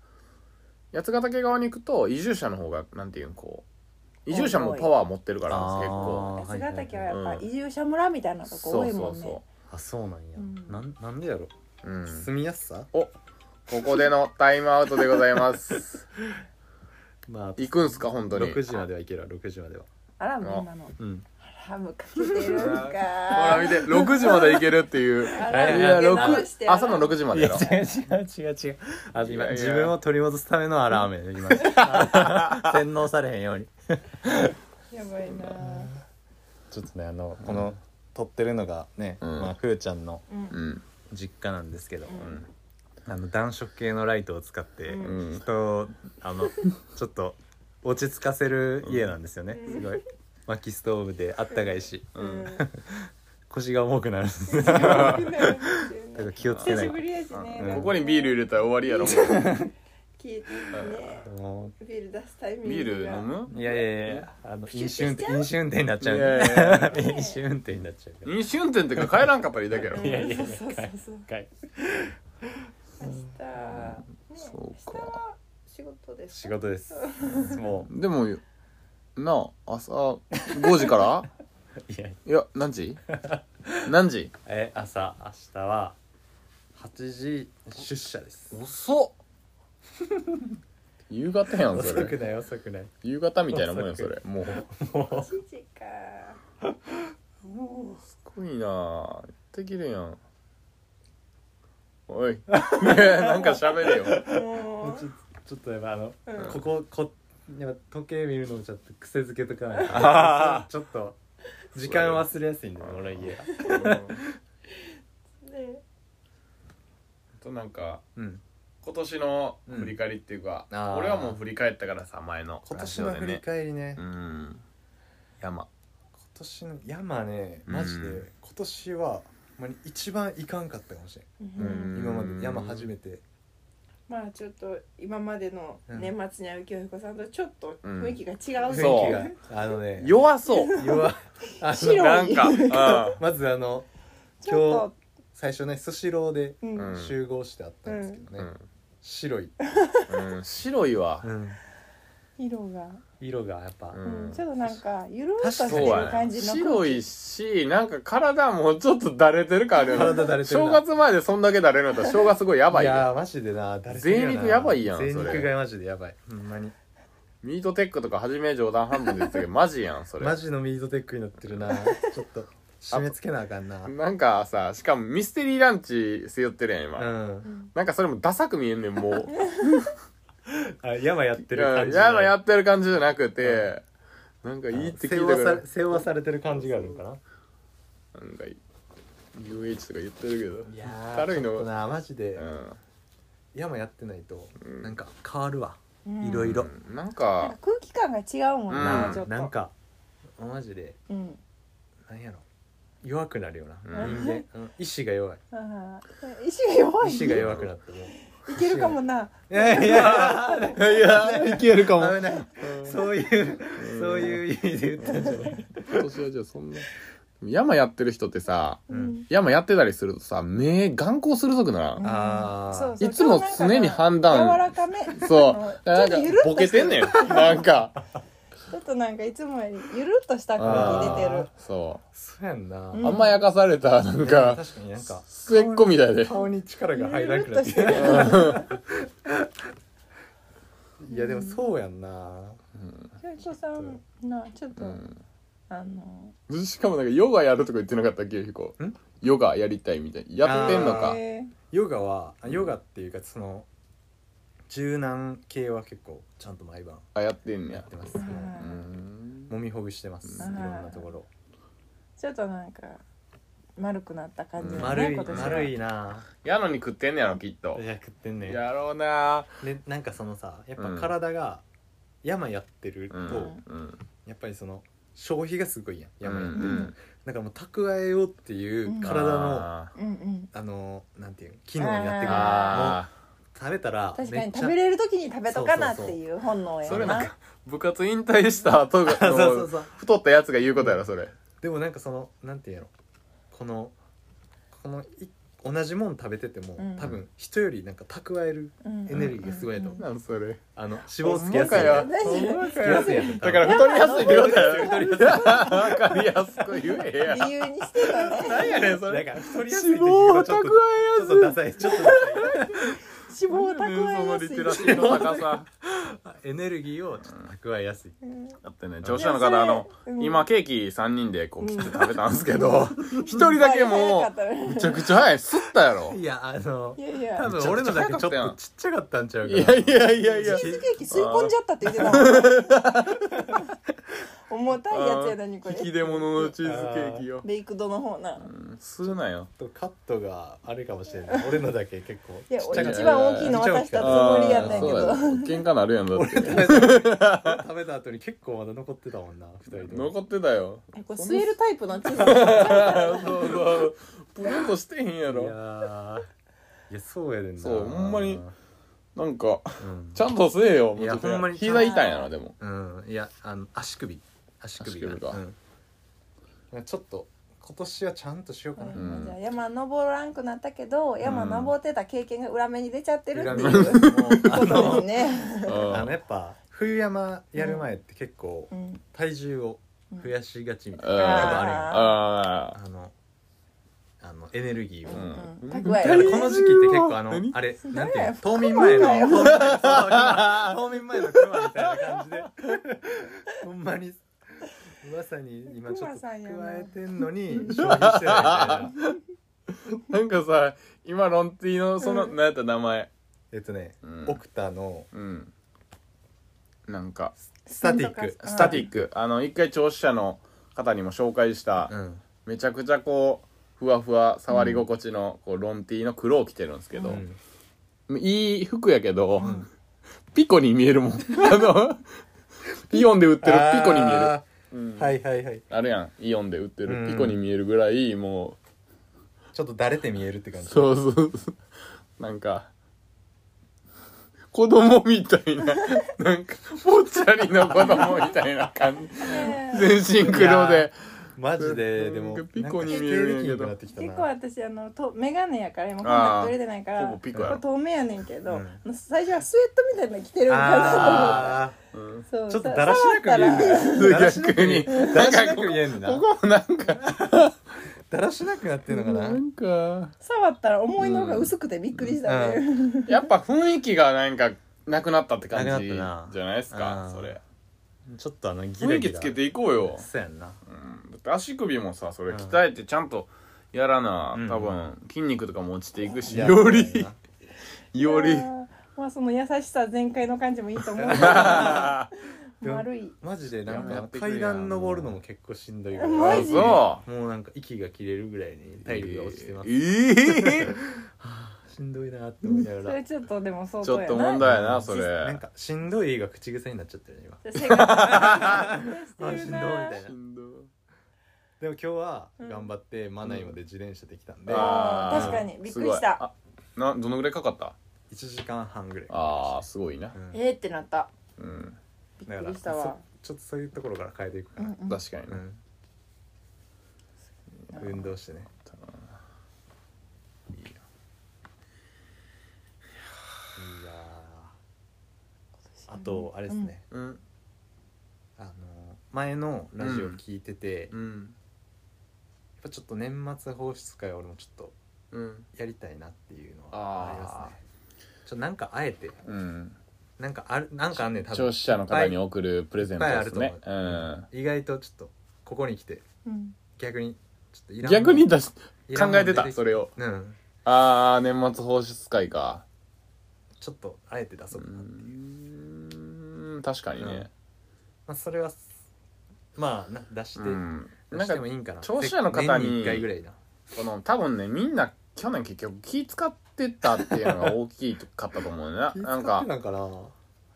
S1: 八ヶ岳側に行くと移住者の方がなんていうんこう移住者もパワー持ってるからなんです結構
S2: あー
S3: 八ヶ岳は
S2: は
S1: はい
S2: い
S3: やっ
S1: は
S3: ぱ
S1: い
S3: 移住者村みたいなとこ
S1: そ
S3: 多
S1: う
S3: い
S1: そ
S3: も
S1: うん
S3: ね
S1: そ
S2: あそうなんや、
S3: うん
S2: なんなんでやろ、
S1: う、うん、
S2: 住みやすさ
S1: おここでのタイムアウトでございます <laughs>
S2: まあ
S1: 行くんすか本当に
S2: 6時まではいけるわ6時までは
S3: アラーム今の
S2: うん
S3: アラームかけて
S2: <laughs>
S3: るんか
S1: ほら見て6時まで行けるっていうい
S2: ら
S1: や
S2: いや
S1: 六朝の6時ま
S2: い
S1: で
S2: や
S1: やろ
S2: 違う違う違う違うあ
S1: いやい
S2: 今
S1: や
S2: 自分を取り戻すためのアラーム <laughs> やね今洗脳されへんように
S3: やばいな
S2: ちょっとねあのこの撮ってるのがね、
S1: うん
S2: まあ、ふーちゃんの
S3: うん
S1: うん
S2: 実家なんですけど、
S3: ん
S2: あの暖色系のライトを使って
S1: うん
S2: 人をあのちょっと落ち着かせる家なんですよね、
S3: う
S2: す
S3: ん
S2: ごい薪ストーブであったかいし <laughs>
S3: うん
S2: 腰が重くなるんですだから気をつけ
S3: 久
S2: な
S3: し
S2: い
S3: ぶりやしね
S2: う
S1: ここにビール入れたら終わりや
S2: <laughs>
S1: ろも
S3: 消えてるね
S2: も
S3: ビール出すタイミ
S1: う
S3: ング
S1: ビール
S3: が
S1: 飲む
S2: ういやいやいやあの
S3: シュッ
S2: 飲
S3: てしち
S2: 酒
S3: ゃう
S2: 運転飲酒運転になっちゃうん
S1: いや
S2: で <laughs> 飲酒運転になっちゃうから
S1: 飲酒運転ってか帰らんかったらいいだけやろ
S3: うん
S2: いやいやいや
S3: そうそうそうそう
S2: 一回
S3: 明日ね
S1: そう
S3: 明日
S1: か
S3: は仕事です
S2: 仕事ですも
S1: でもなあ朝5時 <laughs> から
S2: ういや
S1: いや何時何時
S2: え朝明日は8時出社です
S1: 遅っ <laughs> 夕方やんそ
S2: 遅く
S1: れ
S2: ない遅くない
S1: 夕方みたいなもんやそれもう
S2: も
S3: 1時か
S1: すごいなあできるやんお <laughs> いなんか喋れよ
S2: う
S3: も
S2: ちょちょっとやっぱあの、
S3: うん
S2: こここやっぱ時計見るのもちょっと癖づけとかないとちょっと時間忘れやすいんだよね俺の家は
S3: うね
S1: となんか
S2: うん
S1: 今年の振り返りっていうか、
S2: うんあー
S1: 俺はもう振り返ったからさ前の
S2: 今年の振り返りね
S1: うん山
S2: 今年の山ねマジで
S1: うん
S2: 今年はほんまに一番いかんかったかもしれ
S3: うんん
S2: ん今まで山初めて
S3: まあちょっと今までの年末に会う京彦さんとちょっと雰囲気が違う
S2: 雰
S1: ん
S2: 囲
S1: そう
S2: 気があのね
S1: 弱そう
S2: 弱いあ
S3: 白い
S1: なんか、
S3: <laughs>
S1: うん
S2: まずあの
S3: ちょっ
S2: 最初ねスシローで
S3: と、うん
S1: うん
S2: 集合してあったんですけどね、白い、
S1: うんうん、白いわ、
S3: 色が、
S2: 色がやっぱ、
S1: う
S3: うん
S1: ん
S3: ちょっとなんかゆるっとして
S1: そう
S3: る
S1: や
S3: 感
S1: ね
S3: じの
S1: 白いしなんか体もちょっとだれてる感あるよね
S2: 体だれてるな
S1: 正月前でそんだけだれるんだったら正月すごいやばい
S2: い
S1: ね
S2: やーマジでな誰すぎ
S1: 贅肉やばいやん
S2: 贅
S1: それ
S2: 肉がマジでやばいほんまに
S1: ミートテックとかはじめ冗談半分で言ってたけどマジやんそれ
S2: マジのミートテックになってるなちょっと締め付けなあかんな
S1: なんかさしかもミステリーランチ背負ってるやん今、
S2: うん
S1: なんかそれもダサく見えんねんもう
S2: あ山やってる感じ
S1: いややだやってる感じじゃなくて、なんかいいって聞
S2: 背負
S1: いたか
S2: わさ
S1: ら
S2: れ背負わされてる感じがあるのかな
S1: なんか UH とか言ってるけど
S2: やー
S1: 軽い
S2: ちょっと
S1: の
S2: なマジで
S1: うん
S2: 山やってないと
S1: うん
S2: なんか変わるわ
S3: うん
S2: いろいろ
S1: うんなん
S3: なん
S1: か
S3: か空気感が違うもんな、
S1: うん
S3: ちょっと
S2: なんかマジで
S3: うん
S2: なんやろ弱くなるよな
S1: うん
S2: 人間うん意志が弱い
S3: あー石が弱
S2: 意
S3: い
S2: 志が弱くなってもう
S3: いけるかもない
S2: やいや
S1: いやいけるか
S2: 危ないそういうそういう意味で言ったんじゃない
S1: 今年はじゃあそんな山やってる人ってさ
S2: うん
S1: 山やってたりするとさ目眼光鋭くならん
S2: あー
S3: そうそう
S1: いつも常に判断
S3: 柔らかめ
S2: <laughs>
S1: そう
S3: あの
S1: なん
S3: ち
S1: か
S3: ょっとゆるっと
S1: ボケてんねんなんか
S3: ちょっとなんかいつもよりゆるっとした空気出てる
S1: そ
S2: そうやんな、
S1: う甘やかされたなんか
S2: 確かになんか
S1: 末っ子みたいで
S2: 顔に力が入
S3: ゆ
S2: らな
S3: る
S2: く
S3: っ
S2: な
S3: と
S2: っ
S3: しててる
S2: いやでもそうやんな
S3: ひょいこさんなちょっと、
S1: うん
S3: あの
S1: しかもなんかヨガやるとか言ってなかったっけひこ
S2: ん
S1: ヨガやりたいみたいやってんのか
S3: えー
S2: ヨガはあヨガっていうかその柔軟系は結構ちゃんと毎晩
S1: あやってんね
S2: や
S1: や
S2: ってます、
S3: はいう
S1: ーん
S2: 揉みほぐしてます、
S3: うん
S2: いろんなところ、
S3: ちょっとなんか丸くなった感じ、
S1: う
S3: ね
S1: ん
S2: 丸い
S3: 今年は
S2: 丸いな
S1: やのに食ってんねやろきっと
S2: いや食ってんねん
S1: やろうな
S2: でなんかそのさやっ
S1: う
S2: ぱ
S1: ん
S2: 体が山やってると、
S1: うんうん
S2: やっぱりその消費がすごいやん山やってると、
S1: うんうん
S2: なんかもう蓄えようっていう体の、
S1: あ
S3: うんうん
S2: あのなんていうの機能になってくるのもう
S1: ーあ
S2: 食べたら
S3: 確かに食べ
S2: めっち
S3: れる時に食べとかなっていう本能や
S1: それなん
S3: な
S1: か部活引退した <laughs> 後が
S2: ゃ <laughs> そうそうそう
S1: 太ったやつが言うことやろそれ
S2: でもなんかそのなんていうのこのこのい同じもん食べてても、
S3: うん
S2: 多分人よりなんか蓄えるエネルギーがすごいと思う、
S1: なんそれ
S2: あの脂肪つきやすい
S1: ほんまかよ
S3: 何
S1: ほんまか
S2: つき
S1: よ
S2: やすいやつ
S1: だから太りやすいってことやろわかりやすく言えや
S3: <laughs> 理由にしてるよね
S1: 何やねんそ
S2: なん
S1: れ
S2: か太りやすい
S1: 脂肪
S2: って聞
S1: を
S2: くとちょっ
S1: 蓄
S2: と
S1: え
S2: ちょ
S1: やすい
S2: っとダサいちょっとダサ
S3: 脂肪を
S1: そのリテ
S3: 蓄え
S1: ラ
S3: や
S1: シ
S3: すい
S1: ーの高さ
S2: いエネルギーをちょっと蓄えやすい
S3: うん
S1: だってね上司の方あの
S3: うん
S1: 今ケーキ3人でこう切って食べたんですけど <laughs> 一人だけもうめちゃくちゃ早い吸ったやろ
S2: いやあの
S3: いやいや
S2: 多分俺のだけちょっとちっちゃかったんちゃう
S1: い
S2: か
S1: やいやいやい
S3: チ
S1: や
S3: ーズケーキ吸い込んじゃったって言ってたもん <laughs> 重たいやつやのにこれ
S1: 引き出物のチーズケーキよ
S3: ベイクドの方な
S1: うん吸うなよ
S4: とカットがあれかもしれない
S3: <laughs>
S2: ら俺のだけ結構
S3: いや
S2: ちっちゃ
S3: 俺
S2: かった
S3: 一番大きいの渡したつもりやったんやけ
S1: あー
S3: ど
S1: そうや喧嘩なるやんだって
S2: 食べた後に結構まだ残ってたもんな二人とも
S1: 残ってた
S2: <laughs>
S1: よ
S3: えこれ吸えるタイプのチーズ
S1: そうそうプルンとしてへんや
S2: いや
S1: ろ
S2: ーいやそうやでんな
S1: そうほんまになんか
S2: うん
S1: ちゃんとせえよ
S2: いやほんまに
S1: 膝痛いんやろでも
S2: うんいやあの足首足首が
S1: 足首か
S2: うん
S4: ちょっと今年はちゃんとしようかな、
S1: ん
S3: じゃあ山登らんくなったけど山登ってた経験が裏目に出ちゃってるってい
S2: 裏目
S3: う
S2: にもう
S3: ことですね。
S2: あ
S1: あ
S2: のやっぱ冬山やる前って結構
S3: うん
S2: 体重を増やしがちみたい
S1: うん
S2: なことあるよ
S3: あ
S1: あ
S2: あのあのエネルギーを、
S1: うん
S3: うん
S1: うん
S3: 蓄え
S2: だから
S3: る
S2: この時期って結構あの
S1: 何
S2: あれなんてい
S3: 誰
S2: う
S3: や
S2: 冬眠前の
S3: 熊
S2: 冬眠前のそう熊冬眠前のクマみたいな感じでほんまにまさに今ちょっと加えてんのに消費してないみたい
S1: な
S2: な
S1: んかさ今ロンティのその何やった名前
S2: えっとね、
S1: うん
S2: オクタの
S1: うんなんか
S2: <laughs> スタティック
S3: うん
S1: スタティックあの一回聴取者の方にも紹介した
S2: うん
S1: めちゃくちゃこうふわふわ触り心地のこうロンティの黒を着てるんですけど、
S2: うん
S1: いい服やけど、ピコに見えるもん <laughs> あのイオンで売ってるピコに見えるあ,、
S2: あーはいはいはい
S1: るやんイオンで売って
S2: う
S1: る
S2: ん
S1: ピコに見えるぐらいも
S2: ちょっとだれて見えるって感
S1: う
S2: じ
S1: そうそうそうなんか子供みたいな <laughs> なんかぽっちゃりの子供みたいな感
S2: <laughs>
S1: じ全身黒で
S2: マジででも
S1: なんかピコに見えるんやけど
S2: なんか否定でき
S3: 結
S2: なく
S3: 構
S2: なってき
S3: 私あのとメガネやから今コンタクト入れてないから
S1: ほぼピコや
S3: これ
S1: ろ
S3: 透明やねんけど、
S2: う
S3: 最初はスウェットみたいなの着てるん
S2: た
S3: かな
S2: なあ
S3: と思っ
S2: ー
S3: て
S2: ち
S3: そ
S2: ょ
S3: う
S2: っとだらしなく見えるんだよ
S3: 触っ
S2: だらしなく
S1: 逆
S2: 見えるだらしなく見えるんだ
S1: ここもなんか
S2: だらしなくなってるのか
S1: な
S2: なん
S1: か
S3: たら触ったら思いのほが薄くてびっくりしたね、
S2: う
S1: やっぱ雰囲気がなんかなくなったって感
S2: な
S1: じ
S2: く
S1: じ
S2: な
S1: ゃ
S2: ったな
S1: ないです
S2: あ
S1: か
S2: ー
S1: それ
S2: ちょっとあのギ
S1: 雰
S2: ラ
S1: 囲
S2: ギ
S1: 気
S2: ラ
S1: つけていこうよ
S2: そうやんな
S1: うんだって足首もさそれ鍛えてちゃんとやらな、
S2: うん
S1: 多分筋肉とかも落ちていくし
S2: いや
S1: よ
S2: そう
S1: り
S2: やな <laughs>
S1: より
S3: いやーまあその優しさ全開の感じもいいと思う
S1: <laughs>
S3: 丸い
S2: マジでなん
S1: や
S2: か
S1: ってくれや
S2: 階段登るのも結構しんどいから
S3: マジ
S1: そ
S2: もうなんか息が切れるぐらいに
S1: う
S2: 体力が落ちてます、
S1: えー
S2: <laughs> しんどいなって思いな
S3: そ
S2: がら
S3: れちょっとでも相
S1: ちょ
S3: 当
S1: っ
S3: や
S1: と問
S3: な
S1: 題やなそ
S2: なん
S1: れ
S2: かしんどいが口癖になっちゃってるね今
S3: 性格
S2: あしんどいみたいな
S1: しんどい
S2: でも今日は頑張ってマナイまで自転車できたんで、
S3: あ
S1: ー
S3: 確かにびっ
S1: す
S3: くりした
S1: ごいあなどのぐらいかかった
S2: 1時間半ぐらい
S1: あーすごいな
S2: うん
S3: えーってなった
S1: うん
S2: だ
S3: びっ
S2: か
S3: く
S2: ら
S3: りしたわ
S2: そちょっとそういうところから変えていくか
S3: うんう
S2: な、
S3: ん
S1: 確かに
S2: う
S1: ね
S2: ん運動してねいいよいやーあとあれですね、
S1: うん
S2: あの前のラジオ聞いてて、やっ
S1: うん
S2: ぱちょっと年末放出会俺もちょっと
S1: うん
S2: やりたいなっていうの
S1: あ
S2: は
S1: ー
S2: ありますねちょっとなんかあえて
S1: うん
S2: なんかあるなんかあんねん多分
S1: 聴取者の方に送るプレゼント
S2: いっぱいあ
S1: で
S2: る
S1: す
S2: と思
S1: ね
S2: う、
S1: うん
S2: 意外とちょっとここに来て
S3: うん
S2: 逆にちょっといらんもん
S1: 逆に出し
S2: いら
S1: 考
S2: んもん
S1: えて
S2: 出
S1: た
S2: き
S1: それを
S2: うん
S1: ああ年末放出会か
S2: ちょっとあえて出そう
S1: う
S2: かな、ま
S1: ーん確かにね
S2: あ、それはまあな出して、
S1: うん
S2: 出
S1: なん
S2: して
S1: か
S2: もいいんかな
S1: 聴取者の方に
S2: 年に1回ぐらいな
S1: この多分ねみんな去年結局気使ってたっていうのが大きかったと思う <laughs> ねななんか
S2: なんかな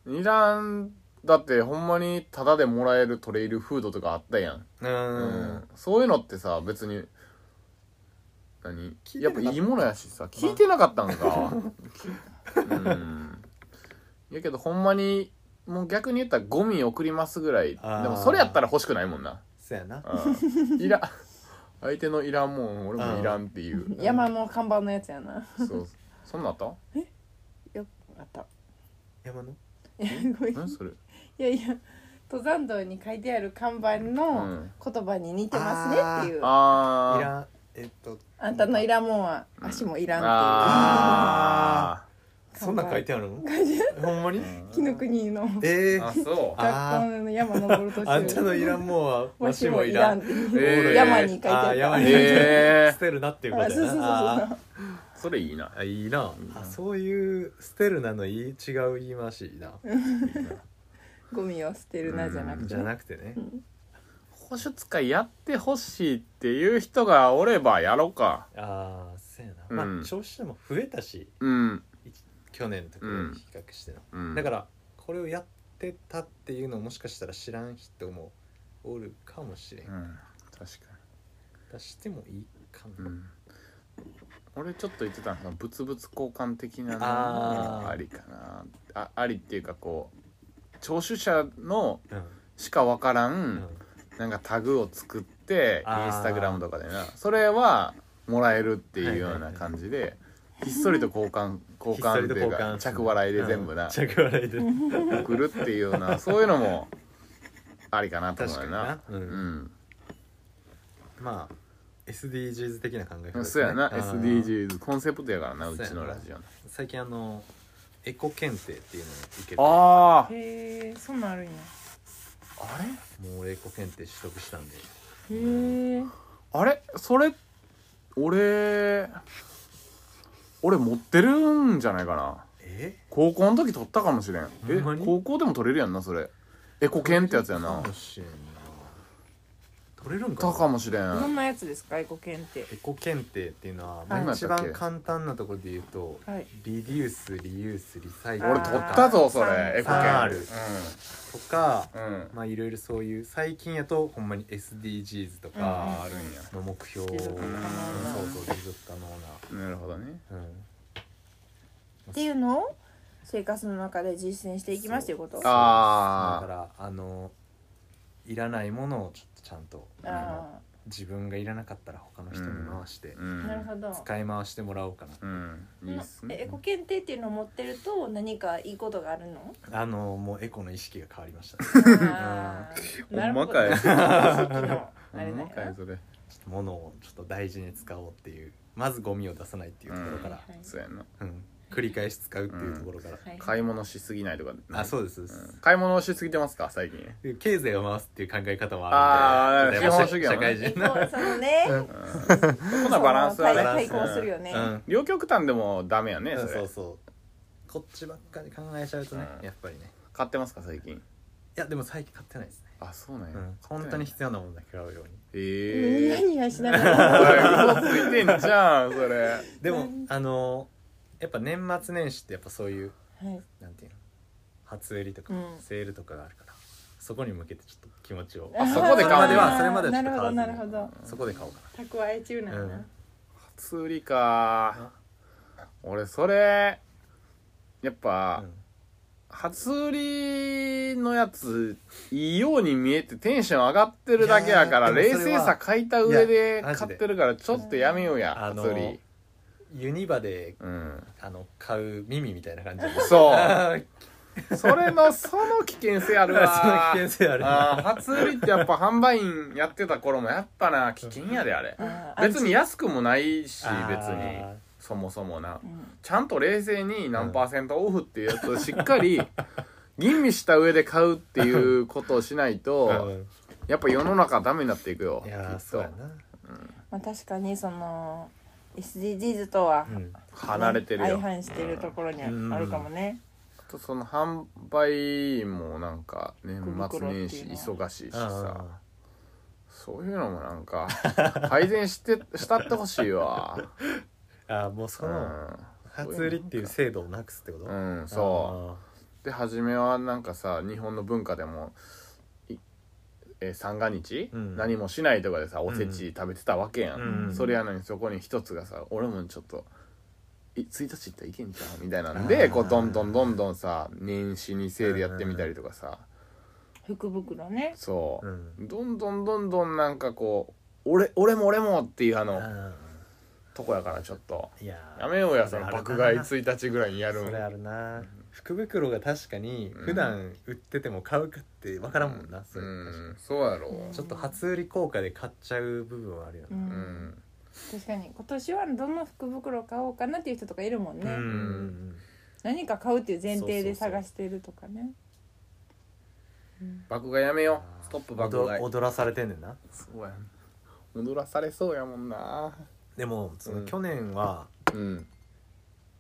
S2: い
S1: らんだってほんまにタダでもらえるトレイルフードとかあったやん、
S2: うん
S1: うんそういうのってさ別に何
S2: 聞いて
S1: や
S2: な
S1: っぱ
S2: かった
S1: いいものやしさ聞いてなかったんかうんやけどほんまにもう逆に言ったらゴミ送りますぐらいで
S2: あー
S1: もそれやったら欲しくないもんな
S2: そやな <laughs>
S1: うんいら相手のいらんもん俺もいらんっていう
S3: 山の看板のやつやな
S1: そうそんなんあった
S3: よくあった
S2: 山の
S3: いやごめんい
S1: 何それ
S3: やいや登山道に書いてある看板
S1: う
S3: の
S1: ん
S3: 言葉に似てますねっていう、あ
S1: あ
S2: い
S1: ー
S2: らんえっと
S3: んたのいらんもんは足もいらんっ
S1: あ
S2: そんなん書いてあるのほんまに
S1: ー
S3: <laughs> ていう紀の国の
S2: え <laughs>
S1: うんあ
S2: ー、
S1: そう
S2: あ
S3: 学校の山登る途中
S2: あんたのいらんもんはわ
S3: わし
S2: し
S3: も
S2: も
S3: い
S2: い
S3: ら
S2: ら
S3: んっ
S2: ん
S3: ていう
S1: えー
S3: 山に書いて
S2: あ
S3: あ
S2: ー
S3: る
S2: 山に書い
S1: へ
S2: て
S1: ー
S2: 捨てるなっていうことや
S3: あそうそうそうそう
S2: なあ
S1: それいいな
S2: ーあいいなあそういう捨てるなのいい違う言い回しいいな
S3: ゴミを捨てるなじゃなくて
S2: じゃなくてね
S1: 保守使いやってほしいっていう人がおればやろうか
S2: ああそうやな、
S1: うん
S2: まあ消費者も増えたし
S1: うん
S2: 去年と比べ比較してな、
S1: うん
S2: だからこれをやってたっていうのをもしかしたら知らん人もおるかもしれん、
S1: うん確か
S2: 出してもいいかも、
S1: にうん俺ちょっと言ってたのその物々交換的なの
S2: あー
S1: ありかなあありっていうかこう聴取者の
S2: うん
S1: しかわからん、
S2: うん
S1: なんかタグを作って
S2: あー
S1: インスタグラムとかでなそれはもらえるっていうような感じでひっそりと交換交換っていうか着払いで全部
S2: う
S1: なん
S2: 着笑いで
S1: 送るっていうよう
S2: <laughs>
S1: なそういうのもありかなと思うよな
S2: 確かになうん
S1: うん
S2: まあ SDGs 的な考え方です
S1: そうやな
S2: あー
S1: SDGs コンセプトやからな
S2: そううやな
S1: ちのラジオの
S2: 最近あのエコ検定っていうのを受けても
S1: ああ
S3: へえそんなんあるんや
S1: あれ
S2: う俺エコ検定取得したんで
S3: へえ
S1: あれそれ俺俺持ってるんじゃないかな
S2: え
S1: 高校の時取ったかもしれん
S2: ほんま
S1: え
S2: に
S1: 高校でも取れるやんなそれエコ犬ってやつやな
S2: かもしれんな取れるんか
S1: 取
S2: な
S1: ったかもしれん
S3: どんなやつですかエコ検定
S2: エコ検定っていうのは、
S3: はい
S2: まあ、一番簡単なところで言うと、
S3: はい
S2: リデュースリユースリサイクル
S1: 俺
S3: あー
S1: 取ったぞそ
S3: あー
S1: れエコ
S2: ある
S1: 犬
S2: とか、
S1: うんうん
S2: まあいろいろそういう最近やとほんまに SDGs と
S1: あー
S2: か
S1: あるんや
S2: の目標を、
S3: 持続可能な
S2: うんそうそう持続可能
S1: なるほどね
S2: な、うん、
S3: っていうのを生活の中で実践していきますということ
S1: あ
S2: だからあのいらないものをちょっとちゃんとあの
S3: あ
S2: 自分がいらなかったら他の人に回して、
S1: ーうん
S3: あなるほど
S2: 使い回してもらおうかな
S1: うんいいっす
S3: えエ
S1: ね
S3: コ検定っていうのを持ってると何かいいことがあるの
S2: あのもうエコの意識が変わりましたね
S3: あー
S1: ほんまかい
S3: なるほど
S1: ほんまかい
S3: あ
S1: それ
S2: ちょっと物をちょっと大事に使おうっていうまずゴミを出さないっていうところ
S3: れ
S2: か
S3: だ
S2: ら
S3: よ、な
S1: そうやな
S2: うん繰り返し使うっていうところから、
S3: はいはい
S1: 買い物しすぎないとか
S2: あそううです、そうで
S1: ん
S2: す
S1: 買い物しすぎてますか最近
S2: で経済を回すっていう考え方もあるんで
S1: あー
S2: ちょっとやっ
S1: 資
S2: ぱ
S1: 本主義やも
S2: 社
S1: んね
S2: 会
S3: エ
S2: 人
S3: コ
S2: な、
S3: そのね
S1: そこなバランスは
S3: そ
S1: ね
S3: の
S2: バラン
S3: 対
S2: ス
S3: 抗するよね
S2: うん
S1: 両極端でもダメやね
S2: う
S1: そ
S2: ん、そ
S1: れ
S2: うそうこっちばっかり考えちゃうとね、
S1: うん
S2: やっぱりね
S1: 買ってますか最近
S2: いやでも最近買ってないですね、
S1: あそうなん
S2: う
S1: や
S2: ん、本当に必要なものだけ買うように
S1: へえ
S3: 何がしながら
S1: 嘘ついてんじゃんそ
S2: <laughs>
S1: れ
S2: でもあのやっぱ年末年始ってやっぱそういう
S3: はい
S2: なんていうの初売りとか
S3: うん
S2: セールとかがあるから、そこに向けてちょっと気持ちを
S1: あそこで買う
S2: それまではそれまではちょっと
S3: なる
S2: 買わ
S3: ほど
S2: ず
S3: なるほ
S2: に
S3: ど
S2: そこで買おうかな
S3: 蓄え中なんや
S2: う
S3: なん
S1: 初売りか俺それやっぱ、
S2: うん
S1: 初売りのやついいように見えてテンション上がってるだけやから
S2: いやー
S1: 冷
S2: でもそれ
S1: 静
S2: は
S1: さ書いた上
S2: い
S1: で
S2: やマジで
S1: 買ってるからちょっとやめようや
S2: あの
S1: 初売り
S2: ユニバで
S1: うん
S2: あの買う耳みたいな感じで <laughs>
S1: そ
S2: あー
S1: うそれのその危険性あ
S2: <laughs> そ
S1: る
S2: の危
S1: わ
S2: 険性ある
S1: あー初売りってやっぱ販売員やってた頃もやっぱな危険やであれ
S3: あー
S1: 別に安くもないし
S2: あー
S1: 別にそもそもな
S3: うん
S1: ちゃんと冷静に何パーセントオフっていうやつをしっか
S2: <laughs>
S1: り吟味した上で買うっていうことをしないうと
S2: ん
S1: やっぱ世の中ダメになっていくよ
S2: いや
S1: きっ
S2: ー
S1: と
S2: そうやな
S3: まあ確かにその SDGs とは
S2: うん
S1: 離れてるよ
S3: 相反してるところに
S2: うん
S3: はあるかもね
S1: あとその販売員もなんか年末年始
S3: 手袋
S1: 忙しいしさ
S2: あ
S1: そういうのもなんか改善してしたってほしいわ
S2: ーあーもう <laughs> そうの
S1: ん
S2: 初売りっていう制度をなくすってこと
S1: うんそうで初めはなんかさ日本の文化でもいえー三が日、
S2: うん
S1: 何もしないとかでさおせち食べてたわけやん、
S2: うん
S1: それやのにそこに一つがさ俺もちょっとい1日行ったらいけんじゃんみたいなんで
S2: あー
S1: こうどんどんどんどんさ年始にせいでやってみたりとかさ
S3: 福袋ね
S1: そうう、
S2: ん
S1: どんどんどんどんなんかこう俺俺も俺もっていうあの
S2: あ
S1: とこやからちょっと
S2: ーいやー
S1: やめようやその
S2: あるか
S1: 爆
S2: な
S1: 買い1日ぐらいにやるん
S2: それあるな福袋が確かに普段売ってても買うかって分からんもんな、そうれ確か
S1: んそうやろ
S2: にちょっと初売り効果で買っちゃう部分はあるよ
S3: う
S2: ね、
S3: ん、
S1: うん
S3: 確かに今年はどの福袋を買おうかなっていう人とかいるもんね、
S2: うん
S3: 何か買うっていう前提で
S2: そうそうそう
S3: 探してるとかねうん
S1: 爆買いやめようストップ爆買い
S2: 踊踊らされてんねんな
S1: そうやん踊らされそうやもんな
S2: でもその
S1: うん
S2: 去年は
S1: うん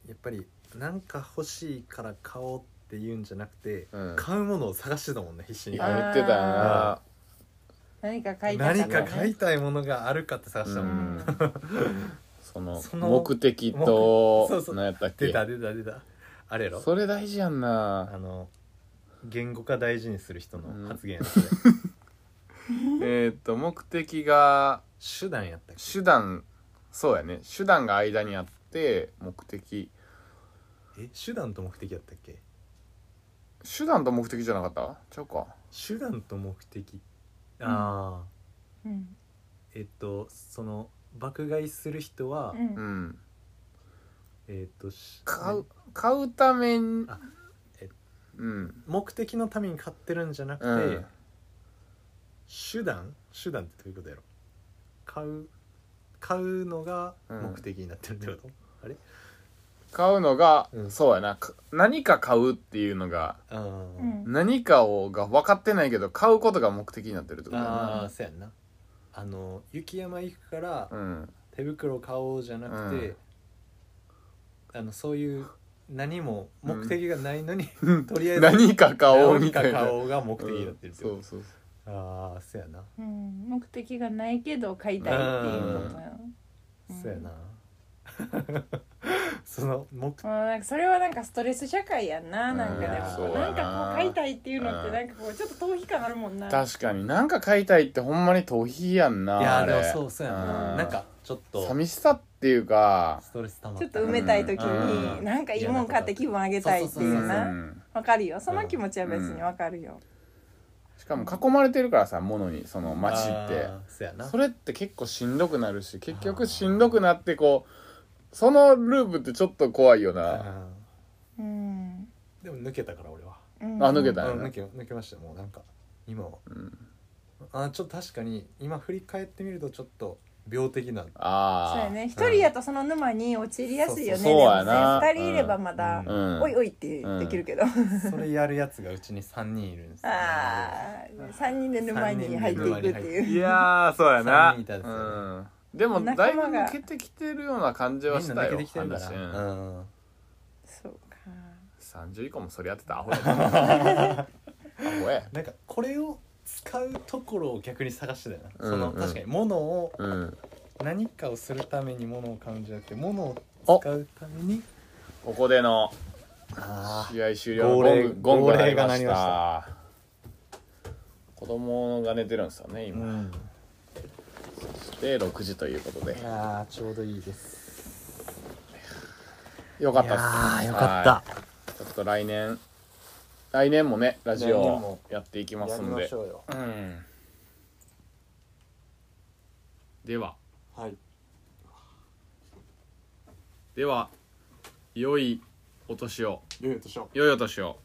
S2: やっぱりなんか欲しいから買おうっていうんじゃなくて、
S1: うん
S2: 買うものを探してたもんね必死に
S1: 言ってたよな
S3: 何か買いたかった、
S2: 何
S3: ね、
S2: か買いたいものがあるかって探した
S1: う
S2: もん、
S1: んその
S2: その
S1: 目的
S2: 目そう
S1: と
S2: そう
S1: 何やったっ
S2: 出
S1: け
S2: た出た出たあれやろ
S1: それ大事やんな
S2: あの言語化大事にする人の
S1: <laughs>
S2: 発言やそれ
S1: えーっと目的が
S2: 手段やったっけ
S1: 手段そうやね手段が間にあって目的
S2: え手段と目的やったっけ
S1: 手段と目的じゃなかったちゃうか
S2: 手段と目的ああ、
S3: うん
S2: えっとその爆買いする人は、
S3: うん
S1: うん
S2: えっとし
S1: 買う買うために
S2: あえ
S1: うん
S2: 目的のために買ってるんじゃなくて、
S1: うん
S2: 手段手段ってどういうことやろ買う買うのが目的になってるってこと、あれ
S1: 買うのが、
S2: うん
S1: そうやなか何か買うっていうのが
S2: あー、
S3: うん
S1: 何かをが分かってないけど買うことが目的になってるってことやな
S2: ああそうやんなあの雪山行くから
S1: うん
S2: 手袋を買おうじゃなくて、あのそういう何も目的がないのに、とりあえず
S1: 何か買おうみたいな
S2: 何か買おうが目的になってるって
S1: そ
S2: こと
S1: うそうそう
S2: ああそうやな、
S3: うん目的がないけど買いたいっていうことやうん
S2: そうやな <laughs> その目
S3: もうなんかそれはなんかストレス社会やんななんかでも
S1: うん
S3: なんかこう買いたいっていうのって
S1: うん
S3: なんかこうちょっと逃避感あるもんな
S1: 確かに何か買いたいってほんまに逃避やんない
S2: や
S1: あ
S2: ーで
S1: れ
S2: もそうそうやな、
S1: うん
S2: なんかちょっと
S1: 寂しさっていうか
S2: ストレス溜まっ
S3: ち
S2: た
S3: ょっと埋めたい時
S1: う
S3: に
S1: ん
S3: なんかいいもん買って気分上げたいっていう
S1: う
S3: なんわかるよその気持ちは別にわかるよ
S1: しかも囲まれてるからさ物にその街って
S2: あーそうやな
S1: それって結構しんどくなるし結局しんどくなってこうそのループってちょっと怖いよな
S2: あ
S3: うん
S2: ーでも抜けたから俺は、
S3: うん
S1: あ抜けた
S2: うん抜け抜けましたもうなんか今は
S1: うん
S2: あーちょっと確かに今振り返ってみるとちょっと病的な
S3: そうや
S1: あ
S3: ね一人やとその沼に陥りやすいよ
S1: そ
S3: ね
S1: うそうそうそ
S3: でもね
S1: うやな
S3: 二人いればまだ
S1: あうん
S3: おいおいってできるけど
S2: それやるやつがうちに3人いるんですよ
S3: あー三人で沼に入っていくっていう
S1: いやーそうやな
S2: 三人いたんですよ
S1: うんでもだいぶ
S3: 仲間が
S1: 抜けてきてるような感じは
S2: みん
S1: し
S2: な
S1: た
S2: 抜け
S1: よ
S2: てきてるか
S1: 話
S2: ら、
S1: うん
S2: うん
S3: そうか
S1: 30以降もそれやってたアホや
S2: <laughs>
S1: なアホや
S2: なんかこれを使うところを逆に探してたよな、
S1: うん
S2: その確かに物を
S1: うん
S2: 何かをするために物を買うんじゃなくて物を
S1: お
S2: 使うために
S1: ここでの
S2: あ
S1: 試合終了の
S2: 号
S1: ゴン
S2: 令
S1: グゴングが鳴り
S2: 号令が
S1: ま
S2: 鳴
S1: し
S2: り
S1: た
S2: まし
S1: 子供が寝てるんですよね
S2: ー
S1: 今、
S2: うん
S1: で6時ということで
S2: あーちょうどいいです
S1: よかったっす
S2: あーよ
S1: は
S2: かっ
S1: いちょっと来年来年もねラジ
S2: 来年も
S1: オやっていきま
S2: た
S1: すんで
S2: ょうよ
S1: うんでは
S2: はい
S1: では良いお年を
S2: よいしょ
S1: 良いお年を